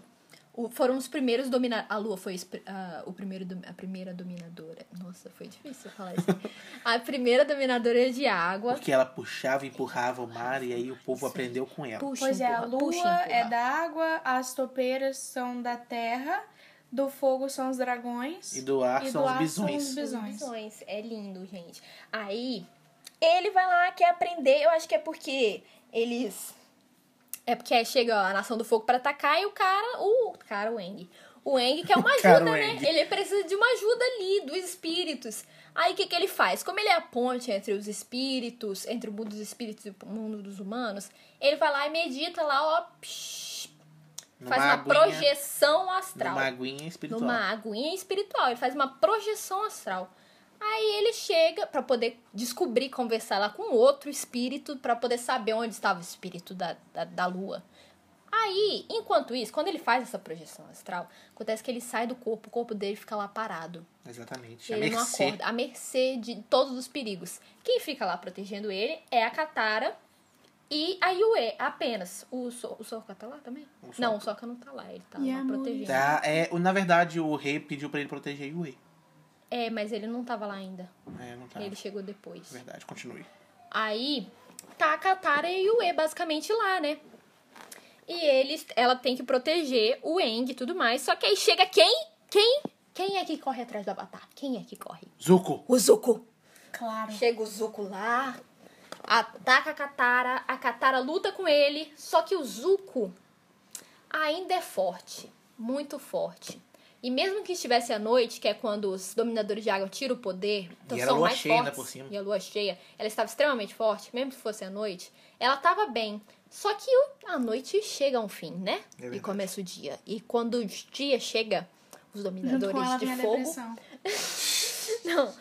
Speaker 4: o- foram os primeiros dominar. A lua foi espr- ah, o primeiro, dom- a primeira dominadora. Nossa, foi difícil falar isso. a primeira dominadora de água.
Speaker 2: Porque ela puxava e empurrava o mar e aí o povo aprendeu com ela.
Speaker 4: Puxa,
Speaker 3: Pois é, a
Speaker 4: empurra, puxa,
Speaker 3: lua é
Speaker 4: empurra.
Speaker 3: da água, as topeiras são da terra, do fogo são os dragões.
Speaker 2: E do ar
Speaker 3: e
Speaker 2: são
Speaker 3: do
Speaker 2: os
Speaker 3: ar são
Speaker 2: bisões.
Speaker 3: os bisões.
Speaker 4: Visões. É lindo, gente. Aí, ele vai lá, quer aprender. Eu acho que é porque eles. É porque aí chega a Nação do Fogo pra atacar e o cara. O cara, o Eng. O Eng quer uma
Speaker 2: Cara,
Speaker 4: ajuda,
Speaker 2: o
Speaker 4: né?
Speaker 2: Aang.
Speaker 4: Ele precisa de uma ajuda ali, dos espíritos. Aí o que, que ele faz? Como ele é a ponte entre os espíritos, entre o mundo dos espíritos e o mundo dos humanos, ele vai lá e medita lá, ó. psh,
Speaker 2: Numa
Speaker 4: faz uma
Speaker 2: aguinha-
Speaker 4: projeção astral
Speaker 2: Numa aguinha espiritual.
Speaker 4: numa aguinha espiritual. Ele faz uma projeção astral. Aí ele chega pra poder descobrir, conversar lá com outro espírito, pra poder saber onde estava o espírito da, da, da lua. Aí, enquanto isso, quando ele faz essa projeção astral, acontece que ele sai do corpo, o corpo dele fica lá parado.
Speaker 2: Exatamente.
Speaker 4: E
Speaker 2: A
Speaker 4: ele não
Speaker 2: mercê.
Speaker 4: acorda, à mercê de todos os perigos. Quem fica lá protegendo ele é a Katara e a Yue, apenas. O, so o Sokka tá lá também?
Speaker 2: O Sokka.
Speaker 4: Não, o Sokka não tá lá, ele tá
Speaker 3: E a
Speaker 4: lá
Speaker 3: Mori?
Speaker 4: protegendo.
Speaker 2: Tá, é, o- na verdade, o rei pediu pra ele proteger Yue.
Speaker 4: É, mas ele não tava lá ainda.
Speaker 2: É, não tá.
Speaker 4: Ele chegou depois.
Speaker 2: Verdade, continue.
Speaker 4: Aí tá a Katara e o E basicamente lá, né? E eles, ela tem que proteger o Eng e tudo mais. Só que aí chega quem? Quem? Quem é que corre atrás do Avatar? Quem é que corre?
Speaker 2: Zuko!
Speaker 4: O Zuko.
Speaker 3: Claro.
Speaker 4: Chega o Zuko lá, ataca a Katara, a Katara luta com ele, só que o Zuko ainda é forte, muito forte. E mesmo que estivesse à noite, que é quando os dominadores de água tiram o poder, então
Speaker 2: E era
Speaker 4: são
Speaker 2: lua
Speaker 4: mais
Speaker 2: cheia, né,
Speaker 4: fortes,
Speaker 2: por cima.
Speaker 4: e a lua cheia, ela estava extremamente forte, mesmo que fosse à noite, ela estava bem. Só que o- a noite chega a um fim, né?
Speaker 2: É
Speaker 4: e
Speaker 2: verdade.
Speaker 4: começa o dia. E quando o dia chega, os
Speaker 3: Junto com
Speaker 4: dominadores
Speaker 3: ela
Speaker 4: de
Speaker 3: vem a
Speaker 4: fogo
Speaker 3: depressão.
Speaker 4: não.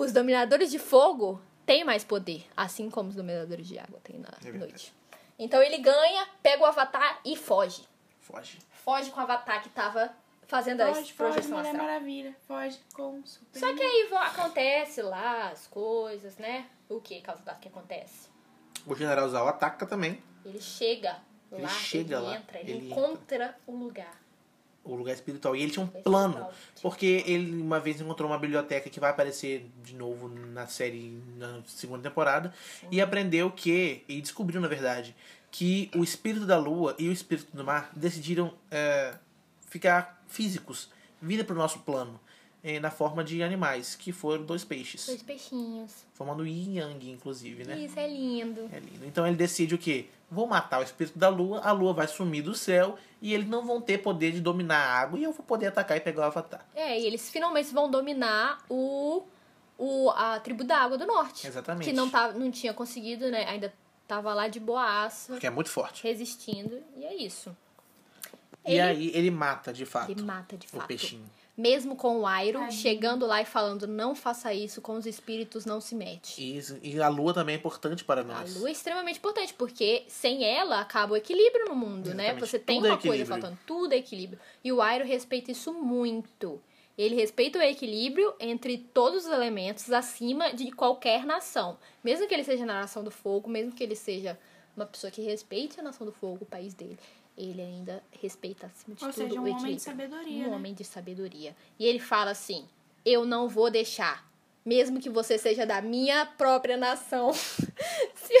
Speaker 4: Os dominadores de fogo têm mais poder, assim como os dominadores de água têm na
Speaker 2: É verdade.
Speaker 4: noite. Então ele ganha, pega o avatar e foge.
Speaker 2: Foge.
Speaker 4: Foge com o avatar que tava fazendo a
Speaker 3: Foge, foge,
Speaker 4: projeção
Speaker 3: Mulher
Speaker 4: astral.
Speaker 3: Maravilha. Foge com super.
Speaker 4: Só que aí vo- acontece lá as coisas, né? O que causa da que acontece?
Speaker 2: O general Zal ataca também
Speaker 4: Ele chega
Speaker 2: Ele
Speaker 4: lá,
Speaker 2: chega
Speaker 4: ele
Speaker 2: lá,
Speaker 4: entra, ele,
Speaker 2: ele
Speaker 4: encontra o lugar.
Speaker 2: o lugar espiritual. E ele tinha um
Speaker 4: Espiritual.
Speaker 2: plano. Porque ele uma vez encontrou uma biblioteca que vai aparecer de novo na série, na segunda temporada. E aprendeu que, e descobriu na verdade, que o espírito da lua e o espírito do mar decidiram é, ficar físicos, vir para o nosso plano, é, na forma de animais, que foram dois peixes.
Speaker 4: Dois peixinhos.
Speaker 2: Formando yin e yang, inclusive, né?
Speaker 4: Isso é lindo.
Speaker 2: É lindo. Então ele decide o quê? Vou matar o espírito da lua, a lua vai sumir do céu e eles não vão ter poder de dominar a água e eu vou poder atacar e pegar o avatar.
Speaker 4: É, e eles finalmente vão dominar o, o a tribo da Água do Norte.
Speaker 2: Exatamente.
Speaker 4: Que não, tá, não tinha conseguido, né? Ainda tava lá de boaça,
Speaker 2: Porque é muito forte.
Speaker 4: resistindo. E é isso.
Speaker 2: E
Speaker 4: Ele-
Speaker 2: aí ele mata, de fato,
Speaker 4: Ele mata de
Speaker 2: o
Speaker 4: fato.
Speaker 2: peixinho.
Speaker 4: Mesmo com o Iron
Speaker 3: Tadinho.
Speaker 4: chegando lá e falando, não faça isso, com os espíritos não se mete.
Speaker 2: E, isso- e a lua também é importante para
Speaker 4: A
Speaker 2: nós.
Speaker 4: lua é extremamente importante, porque sem ela acaba o equilíbrio no mundo, né?
Speaker 2: Exatamente.
Speaker 4: Você tem
Speaker 2: Tudo é
Speaker 4: uma coisa
Speaker 2: equilíbrio.
Speaker 4: faltando, tudo é equilíbrio. E o Airo respeita isso muito. Ele respeita o equilíbrio entre todos os elementos acima de qualquer nação. Mesmo que ele seja na nação do fogo, mesmo que ele seja uma pessoa que respeite a nação do fogo, o país dele, ele ainda respeita acima de
Speaker 3: Ou
Speaker 4: tudo
Speaker 3: seja,
Speaker 4: o
Speaker 3: um
Speaker 4: equilíbrio
Speaker 3: homem de sabedoria.
Speaker 4: um
Speaker 3: né?
Speaker 4: homem de sabedoria. E ele fala assim: Eu não vou deixar, mesmo que você seja da minha própria nação. se,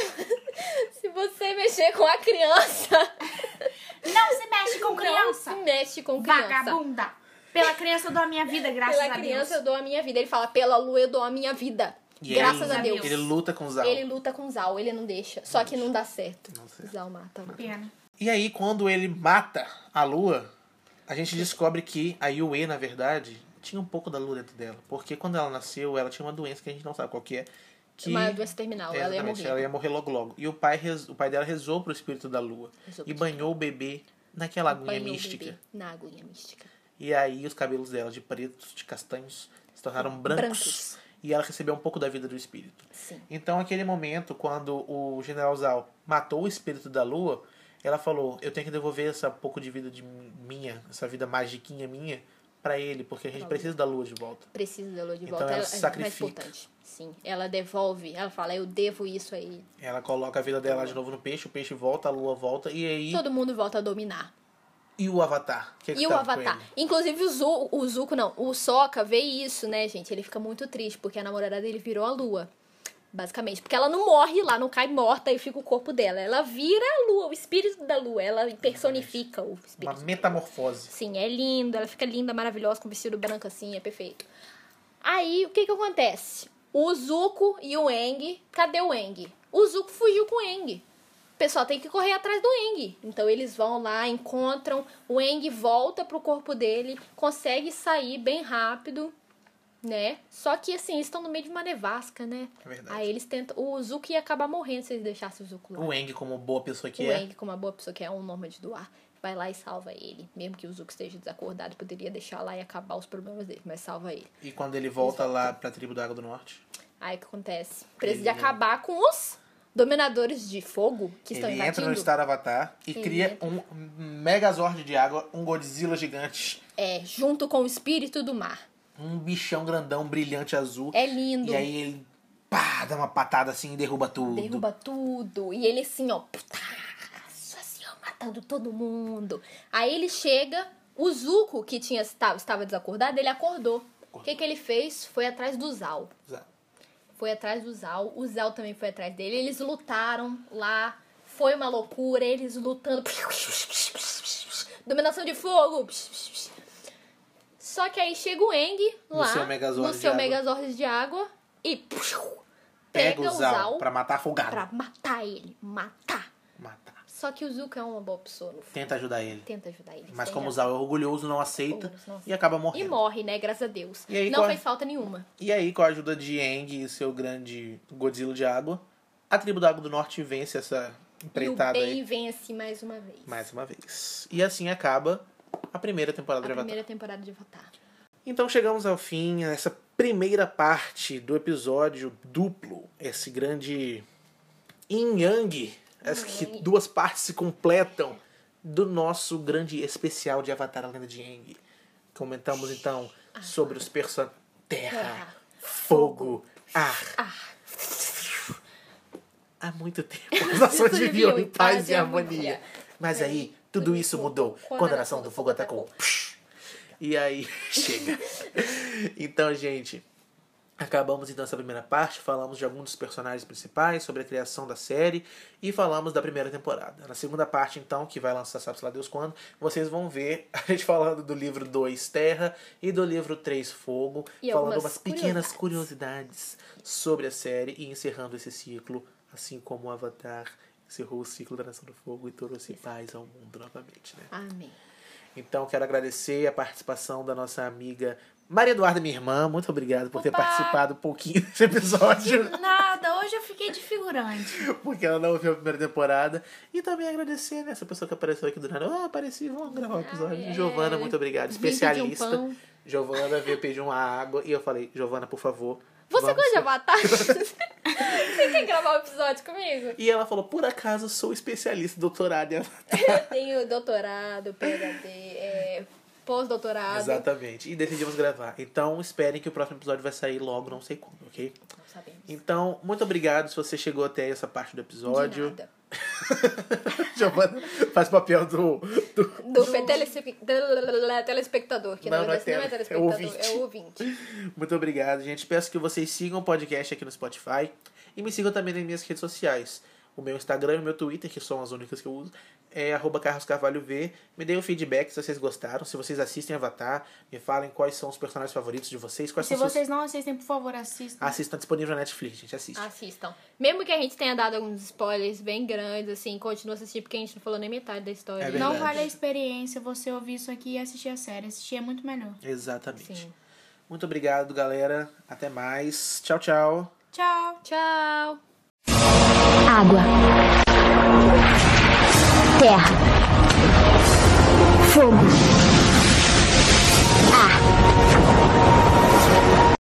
Speaker 4: se você mexer com a criança,
Speaker 3: Não se mexe com criança!
Speaker 4: não se mexe com criança.
Speaker 3: Vagabunda! Pela criança eu dou a minha vida, graças
Speaker 4: Pela
Speaker 3: a
Speaker 4: criança eu
Speaker 3: Deus.
Speaker 4: dou a minha vida. Ele fala: Pela lua eu dou a minha vida.
Speaker 2: E
Speaker 4: Graças
Speaker 2: ele,
Speaker 4: a Deus.
Speaker 2: Ele luta com Zal.
Speaker 4: Ele luta com Zal, ele não deixa. Só que não dá certo.
Speaker 2: Não sei.
Speaker 4: Zal mata.
Speaker 3: Pena.
Speaker 2: E aí, quando ele mata a lua, a gente descobre que a Yue, na verdade, tinha um pouco da lua dentro dela. Porque quando ela nasceu, ela tinha uma doença que a gente não sabe qual que é. Que...
Speaker 4: Uma doença terminal, ela ia
Speaker 2: Exatamente,
Speaker 4: morrer.
Speaker 2: ela ia morrer logo logo. E o pai, rez- o pai dela rezou pro espírito da lua
Speaker 4: Rezou pro
Speaker 2: e banhou o bebê naquela aguinha
Speaker 4: Banhou o
Speaker 2: mística.
Speaker 4: bebê Na aguinha mística.
Speaker 2: E aí os cabelos dela, de pretos, de castanhos, se tornaram brancos,
Speaker 4: Brancos.
Speaker 2: E ela recebeu um pouco da vida do espírito.
Speaker 4: Sim.
Speaker 2: Então, aquele momento, quando o general Zal matou o espírito da lua, ela falou: Eu tenho que devolver essa pouco de vida de mim- minha, essa vida magiquinha minha, pra ele, porque a gente
Speaker 4: Pra lua.
Speaker 2: precisa da lua de volta.
Speaker 4: precisa da lua de
Speaker 2: Então
Speaker 4: volta.
Speaker 2: ela
Speaker 4: Ela,
Speaker 2: se
Speaker 4: é mais
Speaker 2: sacrifica.
Speaker 4: importante. Sim. Ela devolve, ela fala, eu devo isso aí.
Speaker 2: Ela coloca a vida dela
Speaker 4: Tá
Speaker 2: de novo no peixe, o peixe volta, a lua volta, e aí.
Speaker 4: Todo mundo volta a dominar.
Speaker 2: E o Avatar? Que que
Speaker 4: E o
Speaker 2: tava com
Speaker 4: Avatar.
Speaker 2: ele?
Speaker 4: Inclusive, o, Zu, o Zuko, não, o Sokka vê isso, né, gente? Ele fica muito triste, porque a namorada dele virou a lua. Basicamente. Porque ela não morre lá, não cai morta e fica o corpo dela. Ela vira a lua, o espírito da lua. Ela personifica o
Speaker 2: Uma
Speaker 4: espírito.
Speaker 2: metamorfose.
Speaker 4: Sim, é lindo, ela fica linda, maravilhosa, com o vestido branco assim, é perfeito. Aí, o que que acontece? O Zuko e o Eng, cadê o Eng? O Zuko fugiu com o Eng. pessoal tem que correr atrás do Eng. Então eles vão lá, encontram, o Eng volta pro corpo dele, consegue sair bem rápido, né? Só que assim, eles estão no meio de uma nevasca, né?
Speaker 2: É verdade.
Speaker 4: Aí eles tentam. O Zuko ia acabar morrendo se eles deixassem o Zuko lá.
Speaker 2: O Eng, como boa pessoa que
Speaker 4: o
Speaker 2: é.
Speaker 4: Aang, um como uma boa pessoa que é um nômade do ar, vai lá e salva ele. Mesmo que o Zuko esteja desacordado, poderia deixar lá e acabar os problemas dele, mas salva ele.
Speaker 2: E quando ele volta lá pra tribo da Água do Norte,
Speaker 4: Aí o que acontece? Precisa de
Speaker 2: Ele-
Speaker 4: acabar com os dominadores de fogo que estão
Speaker 2: ele entra no
Speaker 4: invadindo.
Speaker 2: estado Avatar e
Speaker 4: Ele
Speaker 2: cria
Speaker 4: entra.
Speaker 2: um megazord de água, um Godzilla gigante,
Speaker 4: É, junto com o espírito do mar.
Speaker 2: um bichão grandão, brilhante azul.
Speaker 4: É lindo.
Speaker 2: E aí ele pá, dá uma patada assim e derruba tudo.
Speaker 4: Derruba tudo. E ele assim, ó. putaço, assim, ó, matando todo mundo. Aí ele chega, o Zuko, que tinha, estava, estava desacordado, ele acordou. O que, que ele fez? Foi atrás do Zal. foi atrás do Zal, o Zal também foi atrás dele, eles lutaram lá, foi uma loucura, eles lutando. Dominação de fogo. Só que aí chega o Eng
Speaker 2: No
Speaker 4: lá,
Speaker 2: seu Megazord
Speaker 4: no
Speaker 2: de
Speaker 4: seu
Speaker 2: água.
Speaker 4: Megazord de água e
Speaker 2: Pega,
Speaker 4: pega o Zal
Speaker 2: pra matar afogado.
Speaker 4: pra matar ele, matar.
Speaker 2: Matar.
Speaker 4: Só que o Zuko é uma boa pessoa, no fundo.
Speaker 2: Tenta ajudar ele.
Speaker 4: tenta ajudar ele.
Speaker 2: Mas
Speaker 4: sem
Speaker 2: como o
Speaker 4: a-
Speaker 2: Zal é orgulhoso, não aceita
Speaker 4: Orgulhoso, não aceita.
Speaker 2: e acaba
Speaker 4: E
Speaker 2: morrendo.
Speaker 4: morre, né, graças a Deus.
Speaker 2: E aí,
Speaker 4: Não
Speaker 2: qual é?
Speaker 4: fez falta nenhuma.
Speaker 2: E aí, com a ajuda de Aang e seu grande Godzilla de água, a tribo da Água do Norte vence essa
Speaker 4: E o
Speaker 2: empreitada
Speaker 4: bem
Speaker 2: aí
Speaker 4: vence mais uma vez.
Speaker 2: mais uma vez. E assim acaba a primeira temporada
Speaker 4: a
Speaker 2: de Avatar.
Speaker 4: primeira temporada de Avatar.
Speaker 2: Então chegamos ao fim dessa primeira parte do episódio duplo, esse grande yin yang, as que duas partes se completam do nosso grande especial de Avatar a Lenda de Yang. Comentamos então sobre os personagens terra,
Speaker 4: Terra,
Speaker 2: fogo, Ah. ar. Há muito tempo as nações
Speaker 4: Isso
Speaker 2: viviam
Speaker 4: viviam
Speaker 2: em paz e harmonia. Mas aí tudo isso mudou quando a nação do fogo atacou. E aí, chega. Então, gente, acabamos então essa primeira parte, falamos de alguns dos personagens principais, sobre a criação da série e falamos da primeira temporada. Na segunda parte, então, que vai lançar sabe-se lá Deus quando, vocês vão ver a gente falando do livro 2 Terra e do livro 3 Fogo,
Speaker 4: E
Speaker 2: falando
Speaker 4: algumas
Speaker 2: umas pequenas curiosidades sobre a série e encerrando esse ciclo, assim como o Avatar encerrou o ciclo da Nação do Fogo e trouxe paz ao mundo novamente, né?
Speaker 4: Amém.
Speaker 2: Então, quero agradecer a participação da nossa amiga Maria Eduarda, minha irmã. Muito obrigado por ter
Speaker 3: Opa!
Speaker 2: participado um pouquinho desse episódio,
Speaker 1: Nada, hoje eu fiquei de figurante.
Speaker 2: porque ela não ouviu a primeira temporada. E também agradecer né, essa pessoa que apareceu aqui do nada. Ah, apareci, vamos gravar o episódio.
Speaker 4: Ah, é.
Speaker 2: Giovana, muito obrigado.
Speaker 4: Vim pedir um
Speaker 2: Especialista.
Speaker 4: pão.
Speaker 2: Giovana veio pedir uma água e eu falei, Giovana, por favor.
Speaker 4: Você
Speaker 2: vamos
Speaker 4: gosta de Avatar? Você quer gravar um episódio comigo?
Speaker 2: E ela falou, por acaso, sou especialista, doutorada. em Avatar."
Speaker 4: Eu tenho doutorado, PhD, é, pós-doutorado.
Speaker 2: Exatamente. E decidimos gravar. Então, esperem que o próximo episódio vai sair logo, não sei quando, ok?
Speaker 4: Não sabemos.
Speaker 2: Então, muito obrigado se você chegou até essa parte do
Speaker 4: De
Speaker 2: episódio.
Speaker 4: nada.
Speaker 2: Giovana faz papel do. do-
Speaker 4: Do fe- telespe- tele- telespectador, que
Speaker 2: Não,
Speaker 4: na
Speaker 2: não é
Speaker 4: verdade não é
Speaker 2: tele- é
Speaker 4: telespectador,
Speaker 2: ouvinte.
Speaker 4: é ouvinte.
Speaker 2: Muito obrigado, gente. Peço que vocês sigam o podcast aqui no Spotify e me sigam também nas minhas redes sociais. O meu Instagram e o meu Twitter, que são as únicas que eu uso, é arroba Carlos Carvalho V. Me deem um feedback se vocês gostaram, se vocês assistem Avatar, me falem quais são os personagens favoritos de vocês, quais
Speaker 1: Se
Speaker 2: são
Speaker 1: vocês não assistem, por favor, assistam.
Speaker 2: seus. Assista, tá disponível na Netflix, gente. Assiste.
Speaker 4: Assistam. Mesmo que a gente tenha dado alguns spoilers bem grandes, assim, continua assistindo, porque a gente não falou nem metade da história.
Speaker 2: É
Speaker 1: Não
Speaker 2: verdade.
Speaker 1: vale a experiência você ouvir isso aqui e assistir a série. Assistir é muito melhor.
Speaker 2: Exatamente.
Speaker 4: Sim.
Speaker 2: Muito obrigado, galera. Até mais. Tchau, tchau.
Speaker 1: Tchau!
Speaker 4: Tchau.
Speaker 5: Água. Terra. Fogo.